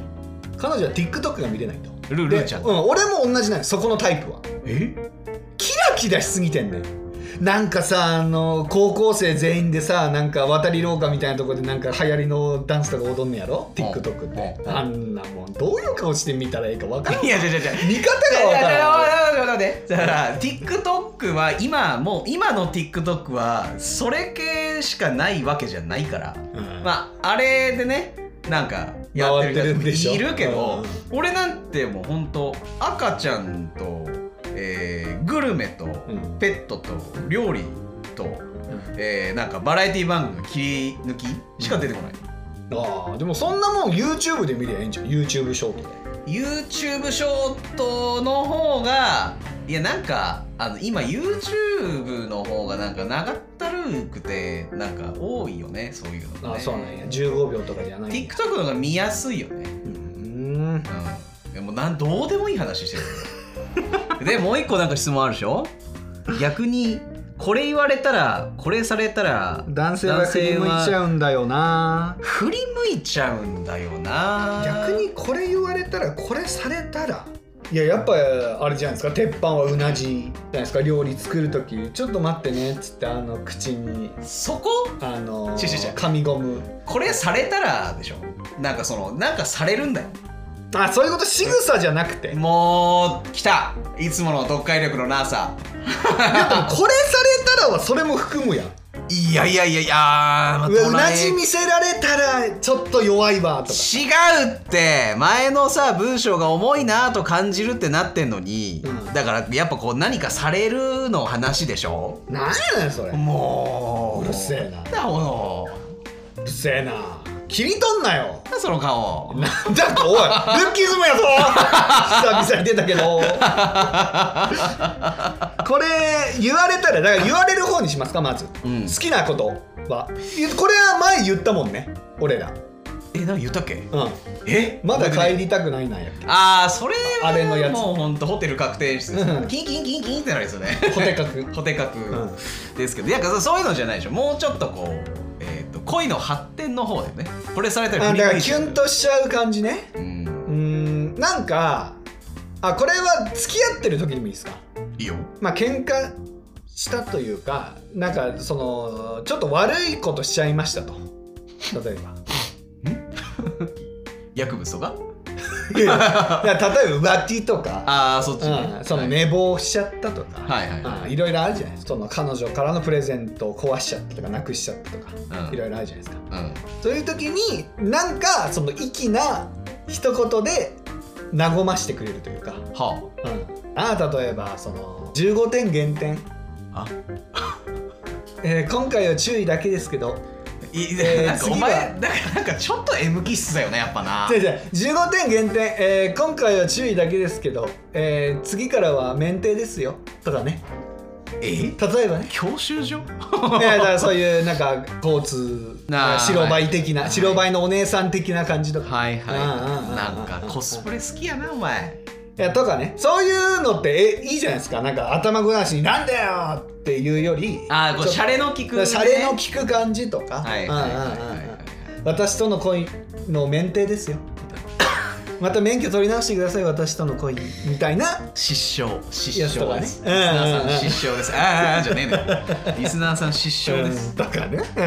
[SPEAKER 2] 彼女は TikTok が見れないと
[SPEAKER 3] ルールーちゃん
[SPEAKER 2] でうん俺も同じなんですそこのタイプは
[SPEAKER 3] え
[SPEAKER 2] キラキラしすぎてんねんなんかさあの高校生全員でさなんか渡り廊下みたいなとこでなんか流行りのダンスとか踊んねやろ TikTok って
[SPEAKER 3] うん
[SPEAKER 2] あんなもんどういう顔して見たらええか分からん
[SPEAKER 3] いや違う違う違う
[SPEAKER 2] 見方が分からん
[SPEAKER 3] だから TikTok は今もう今の TikTok はそれ系しかないわけじゃないから、
[SPEAKER 2] うん
[SPEAKER 3] まああれでねなんかやってる
[SPEAKER 2] 回ってるんで
[SPEAKER 3] 人
[SPEAKER 2] しょ
[SPEAKER 3] もいるけど、
[SPEAKER 2] う
[SPEAKER 3] 俺なんてもうほんと赤ちゃんと、えーグルメと、
[SPEAKER 2] ん
[SPEAKER 3] ペットと料理と、えーなんかバラエティ番組の切り抜きしか出てこない、
[SPEAKER 2] あーでもそんなもん YouTube で見りゃええんじゃん YouTube ショートで
[SPEAKER 3] YouTube ショートの方がいやなんかあの今 YouTube の方がなんか長ったるくてなんか多いよねそういうの
[SPEAKER 2] あ
[SPEAKER 3] ね
[SPEAKER 2] ーそうなんや15秒とかじゃないんや
[SPEAKER 3] TikTok の方が見やすいよね
[SPEAKER 2] うーん
[SPEAKER 3] うんでもなんどうでもいい話してるでもう一個なんか質問あるでしょ逆にこれ言われたらこれされたら
[SPEAKER 2] 男性は振り向いちゃうんだよな
[SPEAKER 3] 振り向いちゃうんだよな
[SPEAKER 2] 逆にこれ言われたらこれされたらいややっぱあれじゃないですか鉄板はうなじじゃないですか料理作る時ちょっと待ってねっつってあの口に
[SPEAKER 3] そこ
[SPEAKER 2] あの
[SPEAKER 3] ちょちょちょ
[SPEAKER 2] 紙ゴム
[SPEAKER 3] これされたらでしょなんかそのなんかされるんだよ
[SPEAKER 2] あそういうこと仕草じゃなくてでも
[SPEAKER 3] もう来たいつもの読解力のなさ
[SPEAKER 2] これされたらはそれも含むやん
[SPEAKER 3] いやいやいやいや
[SPEAKER 2] うわうなじ見せられたらちょっと弱いわとか
[SPEAKER 3] 違うって前のさ文章が重いなと感じるってなってんのに、
[SPEAKER 2] うん
[SPEAKER 3] だからやっぱこう何かされるの話でしょ
[SPEAKER 2] なんやねんそれ
[SPEAKER 3] もう
[SPEAKER 2] うるせえ
[SPEAKER 3] な
[SPEAKER 2] な
[SPEAKER 3] んだこ
[SPEAKER 2] うるせえな切り取んなよ
[SPEAKER 3] のその顔
[SPEAKER 2] なんだかおいルッキズムやぞ久々に出たけどこれ言われたらだから言われる方にしますかまず、
[SPEAKER 3] うん
[SPEAKER 2] 好きなことはゆこれは前言ったもんね俺ら
[SPEAKER 3] え何言ったっけ
[SPEAKER 2] うん
[SPEAKER 3] え
[SPEAKER 2] まだ帰りたくないなんやっ
[SPEAKER 3] ああそれは
[SPEAKER 2] あれのやつ
[SPEAKER 3] もうほんとホテル確定室ですよ
[SPEAKER 2] うん
[SPEAKER 3] キンキンキンキンってなるんですよね
[SPEAKER 2] けホテカク
[SPEAKER 3] ホテ格
[SPEAKER 2] ん
[SPEAKER 3] ですけど、なんかそういうのじゃないでしょもうちょっとこう、えー、と恋の発展の方でねこれされたら
[SPEAKER 2] あだ
[SPEAKER 3] 振り
[SPEAKER 2] か
[SPEAKER 3] 向
[SPEAKER 2] ら
[SPEAKER 3] い
[SPEAKER 2] キ
[SPEAKER 3] ちゃう
[SPEAKER 2] ュンとしちゃう感じね
[SPEAKER 3] うん
[SPEAKER 2] うーんなんかあこれは付き合ってる時でもいいですか
[SPEAKER 3] いいよ
[SPEAKER 2] まあ喧嘩したというかなんかそのちょっと悪いことしちゃいましたと例えば
[SPEAKER 3] 薬物とか
[SPEAKER 2] いやだから例えば浮気とか、
[SPEAKER 3] ああそっち
[SPEAKER 2] うん、その
[SPEAKER 3] はい
[SPEAKER 2] 寝坊しちゃったとか、
[SPEAKER 3] はいはいはい
[SPEAKER 2] うんいろいろあるじゃないですかその彼女からのプレゼントを壊しちゃったとかなくしちゃったとか、
[SPEAKER 3] うん
[SPEAKER 2] いろいろあるじゃないですか
[SPEAKER 3] うん
[SPEAKER 2] そういう時になんかその粋な一言で和ましてくれるというか、
[SPEAKER 3] は
[SPEAKER 2] うん、ああ例えばその15点減点、
[SPEAKER 3] ああ
[SPEAKER 2] えー今回は注意だけですけど
[SPEAKER 3] い
[SPEAKER 2] えー
[SPEAKER 3] なんかお
[SPEAKER 2] 次は
[SPEAKER 3] 前だからなんかちょっと M 気質だよねやっぱな
[SPEAKER 2] 違う違う15点減点、えー今回は注意だけですけど、えー次からは免停ですよとかね
[SPEAKER 3] え
[SPEAKER 2] 例えばね
[SPEAKER 3] 教習所
[SPEAKER 2] いやだからそういうなんか交通
[SPEAKER 3] あー
[SPEAKER 2] 白バイ的な、
[SPEAKER 3] はい
[SPEAKER 2] 白バイのお姉さん的な感じとか、
[SPEAKER 3] はい
[SPEAKER 2] うんうんうんう
[SPEAKER 3] は
[SPEAKER 2] ん
[SPEAKER 3] いなんかコスプレ好きやなお前
[SPEAKER 2] い、やとかねそういうのってえいいじゃないですかなんか頭ごなしに「なんだよ!」っていうより
[SPEAKER 3] ああこうシャレ
[SPEAKER 2] の
[SPEAKER 3] の効くね
[SPEAKER 2] シャレの効く感じとか
[SPEAKER 3] はい
[SPEAKER 2] うんう
[SPEAKER 3] は
[SPEAKER 2] ん
[SPEAKER 3] いはい
[SPEAKER 2] うん
[SPEAKER 3] は
[SPEAKER 2] うん私との恋の免停ですよまた免許取り直してください私との恋みたいな
[SPEAKER 3] 失笑失
[SPEAKER 2] やつと
[SPEAKER 3] 笑で
[SPEAKER 2] かね
[SPEAKER 3] す、リスナーさん失笑ですあーあーじゃねえのよリスナーさん失笑です、
[SPEAKER 2] だからねうん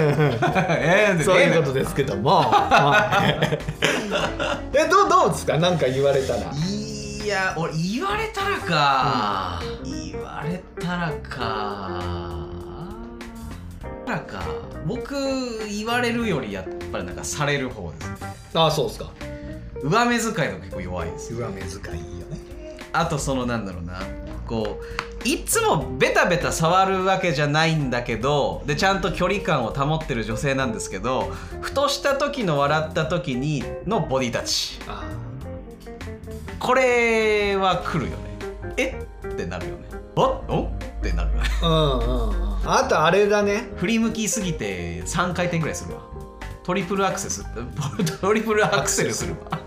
[SPEAKER 3] ええで
[SPEAKER 2] そうい
[SPEAKER 3] ね
[SPEAKER 2] う
[SPEAKER 3] えのよ
[SPEAKER 2] ことですけど も、はいえどうどうですかなんか言われたら
[SPEAKER 3] いや俺言われたらか、言われたらかたらか僕言われるよりやっぱりなんかされる方ですね
[SPEAKER 2] ああそうですか
[SPEAKER 3] 上目遣いとか結構弱いですよ
[SPEAKER 2] 上目遣いいいよね
[SPEAKER 3] あとそのなんだろうなこういつもベタベタ触るわけじゃないんだけどでちゃんと距離感を保ってる女性なんですけどふとした時の笑った時にのボディタッチ
[SPEAKER 2] あ
[SPEAKER 3] これは来るよねえってなるよねおおってなるよね
[SPEAKER 2] あうんうんうんあとあれだね
[SPEAKER 3] 振り向きすぎて3回転ぐらいするわトリプルアクセス トリプルアクセルするわ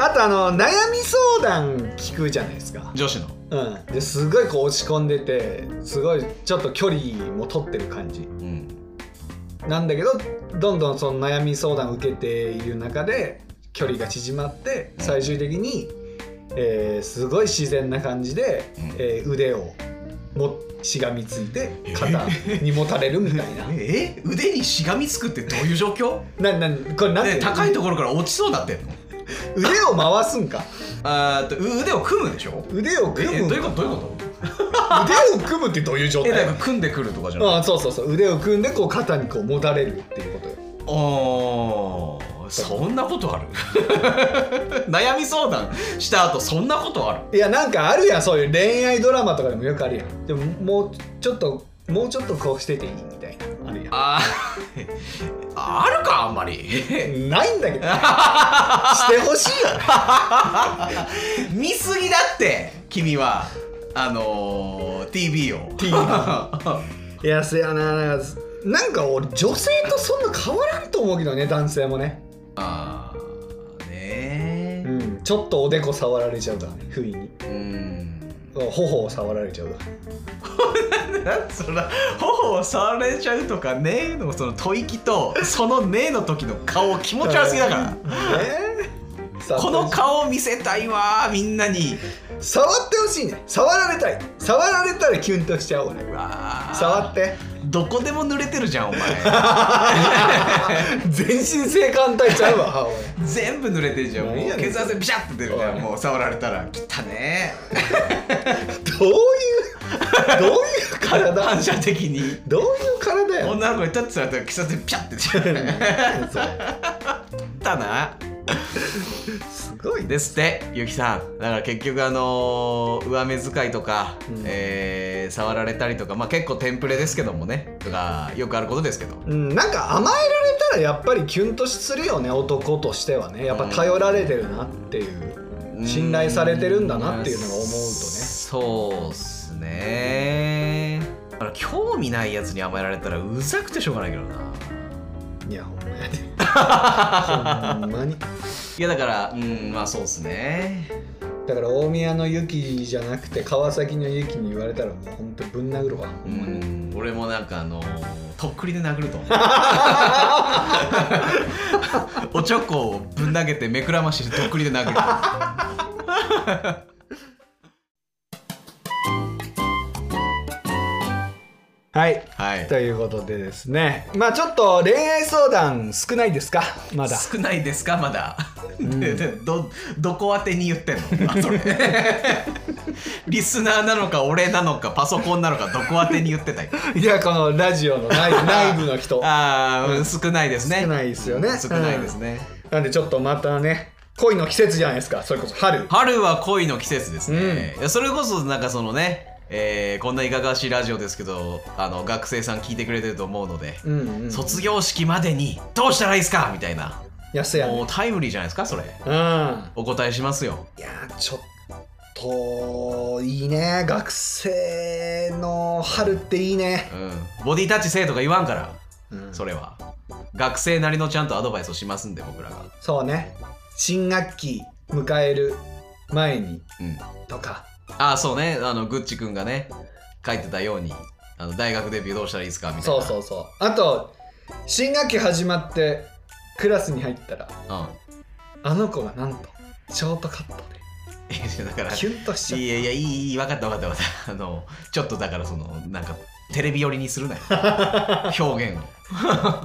[SPEAKER 2] あとあの悩み相談聞くじゃないですか
[SPEAKER 3] 女子の
[SPEAKER 2] うんですごいこう落ち込んでてすごいちょっと距離も取ってる感じ
[SPEAKER 3] うん
[SPEAKER 2] なんだけどどんどんその悩み相談を受けている中で距離が縮まって最終的に、えーすごい自然な感じで、
[SPEAKER 3] うん
[SPEAKER 2] えー腕をもしがみついて肩にもたれるみたいな。
[SPEAKER 3] え腕にしがみつくってどういう状 況
[SPEAKER 2] ななこれなんて
[SPEAKER 3] で高いところから落ちそうだってんの
[SPEAKER 2] 腕を回すんか
[SPEAKER 3] あーっとう腕を組むでしょ
[SPEAKER 2] 腕を
[SPEAKER 3] え
[SPEAKER 2] 組
[SPEAKER 3] え
[SPEAKER 2] むん
[SPEAKER 3] どう
[SPEAKER 2] か
[SPEAKER 3] いうことどういうこと
[SPEAKER 2] 腕を組むってどういう状
[SPEAKER 3] えだ
[SPEAKER 2] 態
[SPEAKER 3] から組んでくるとかじゃない
[SPEAKER 2] ああそうそうそう腕を組んでこう肩にこうもたれるっていうことよ
[SPEAKER 3] おーそんなことある 悩み相談した後そんなことある
[SPEAKER 2] いやなんかあるやんそういう恋愛ドラマとかでもよくあるやんでももうちょっともうちょっとこうしてていいみたいなあるやん
[SPEAKER 3] あーあるかあんまり
[SPEAKER 2] ないん だけどしてほしいよね
[SPEAKER 3] 見すぎだって君はあのー、TV を
[SPEAKER 2] TV いやせやななんかなんか俺女性とそんな変わらんと思うけどね男性もね、
[SPEAKER 3] あーね
[SPEAKER 2] う
[SPEAKER 3] ー
[SPEAKER 2] ん、ちょっとおでこ触られちゃうからね不意に
[SPEAKER 3] うん
[SPEAKER 2] 頬を触られちゃうか
[SPEAKER 3] なんそんな頬を触られちゃうとかねーのその吐息とそのねーの時の顔気持ち悪すぎだから
[SPEAKER 2] らねさあ
[SPEAKER 3] この顔見せたいわーみんなに
[SPEAKER 2] 触ってほしいね触られたい触られたらキュンとしちゃう俺
[SPEAKER 3] うわー
[SPEAKER 2] 触って
[SPEAKER 3] どこでも濡れてるじゃ んお前
[SPEAKER 2] 全身性感帯ちゃ うわ俺
[SPEAKER 3] 全部濡れてるじゃんもう
[SPEAKER 2] 何やねん
[SPEAKER 3] 血圧でビシャッて出るじゃんもう触られたら「きたね
[SPEAKER 2] どういうどういう
[SPEAKER 3] ー」反
[SPEAKER 2] 体
[SPEAKER 3] 射的に
[SPEAKER 2] どういう体や
[SPEAKER 3] 女の子に立ってたら血圧でピシャッて出るたな
[SPEAKER 2] すごいね
[SPEAKER 3] ですってゆきさんだから結局あのー上目遣いとか、
[SPEAKER 2] うん
[SPEAKER 3] えー触られたりとかまあ結構テンプレですけどもねとかよくあることですけど
[SPEAKER 2] うん、なんか甘えられたらやっぱりキュンとするよね男としてはねやっぱ頼られてるなっていう信頼されてるんだなっていうのが思うとね
[SPEAKER 3] そうっすねだから興味ないやつに甘えられたらうざくてしょうがないけどない
[SPEAKER 2] やほんまや でほんまに
[SPEAKER 3] いやだからうんまあそうっすね
[SPEAKER 2] だから大宮のユキじゃなくて川崎のユキに言われたらもうほんとぶん殴るわほ
[SPEAKER 3] うん
[SPEAKER 2] まに
[SPEAKER 3] ん俺もなんかあのーとっくりで殴ると思う おちょこをぶん投げて目くらましてとっくりで殴る
[SPEAKER 2] はい
[SPEAKER 3] はい
[SPEAKER 2] ということでですねまあちょっと恋愛相談少ないですかまだ
[SPEAKER 3] 少ないですかまだ、ででどどこ宛てに言ってんのそれ リスナーなのか俺なのかパソコンなのかどこ宛てに言ってたい
[SPEAKER 2] いやこのラジオの 内部内部の人
[SPEAKER 3] ああ、少ないですね
[SPEAKER 2] 少ないですよね
[SPEAKER 3] 少ないですね、
[SPEAKER 2] なんでちょっとまたね恋の季節じゃないですかそれこそ春
[SPEAKER 3] 春は恋の季節ですね、いやそれこそなんかそのね、えーこんないかがわしいラジオですけどあの学生さん聞いてくれてると思うので、
[SPEAKER 2] うんうん
[SPEAKER 3] 卒業式までにどうしたらいいですかみたいな
[SPEAKER 2] 安やね
[SPEAKER 3] もうタイムリーじゃないですかそれ
[SPEAKER 2] うんいや
[SPEAKER 3] お答えしますよ
[SPEAKER 2] ーちょっといいね学生の春っていいね、
[SPEAKER 3] うん、ボディタッチせえとか言わんから
[SPEAKER 2] うん
[SPEAKER 3] それは学生なりのちゃんとアドバイスをしますんで僕らが、
[SPEAKER 2] そうね新学期迎える前に
[SPEAKER 3] うん、
[SPEAKER 2] とか
[SPEAKER 3] ああそうねあのグッチ君がね書いてたようにあの大学デビューどうしたらいいですかみたい
[SPEAKER 2] そ
[SPEAKER 3] な、
[SPEAKER 2] うそううそうあと新学期始まってクラスに入ったら
[SPEAKER 3] うん、
[SPEAKER 2] あの子がなんとショートカットで
[SPEAKER 3] えだから
[SPEAKER 2] キュンとしちゃった
[SPEAKER 3] いやいやいいいい分かった分かった分かったあ のちょっとだからそのなんかテレビ寄りにする なよ表現を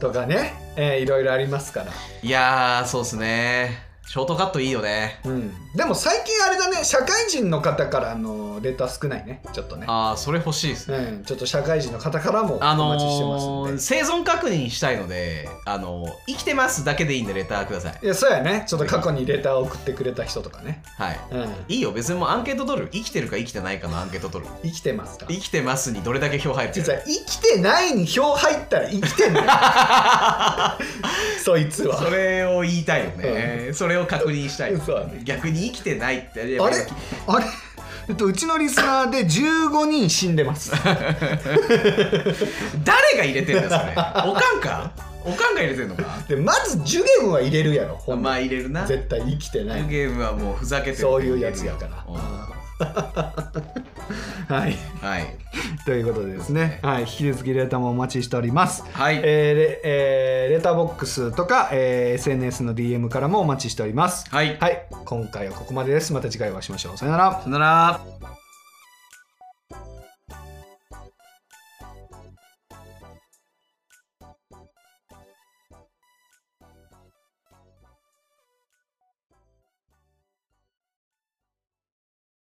[SPEAKER 2] とかね、えーいろいろありますから、
[SPEAKER 3] いやーそうっすねショートカットいいよね
[SPEAKER 2] うん、でも最近あれだね社会人の方からのレター少ないねちょっとね、
[SPEAKER 3] ああそれ欲しいですね
[SPEAKER 2] うん、ちょっと社会人の方からもお
[SPEAKER 3] あ
[SPEAKER 2] 待ちしてますん
[SPEAKER 3] の
[SPEAKER 2] で、
[SPEAKER 3] ー、生存確認したいので、あのー生きてますだけでいいんでレターください
[SPEAKER 2] いやそうやねちょっと過去にレターを送ってくれた人とかね、
[SPEAKER 3] はい
[SPEAKER 2] うん、
[SPEAKER 3] いいよ別にもうアンケート取る生きてるか生きてないかのアンケート取る
[SPEAKER 2] 生きてますか
[SPEAKER 3] 生きてますにどれだけ票入って
[SPEAKER 2] 実は
[SPEAKER 3] る
[SPEAKER 2] 生きてないに票入ったら生きてんだよ そいつは
[SPEAKER 3] それを言いたいよね、それを確認したい、
[SPEAKER 2] そうだね
[SPEAKER 3] 逆に生きてないってあれ
[SPEAKER 2] あれあれえっと、うちのリスナーで15人死ん でます。
[SPEAKER 3] 誰が入れてんだそ れおかんかおかんが入れてんのか
[SPEAKER 2] で、まずジュゲムは入れるやろ、ほん
[SPEAKER 3] ま
[SPEAKER 2] ま
[SPEAKER 3] あ入れるな
[SPEAKER 2] 絶対生きてない。
[SPEAKER 3] ゲームはもうふざけてる
[SPEAKER 2] そういうやつやから
[SPEAKER 3] うんは
[SPEAKER 2] はい、
[SPEAKER 3] い
[SPEAKER 2] ということでですね、はい、引き続きレターもお待ちしております。
[SPEAKER 3] はい
[SPEAKER 2] えーレえーレターボックスとか、えー SNS の DM からもお待ちしております。
[SPEAKER 3] はい
[SPEAKER 2] はい、今回はここまでです。また次回お会いしましょう。さよなら。
[SPEAKER 3] さよなら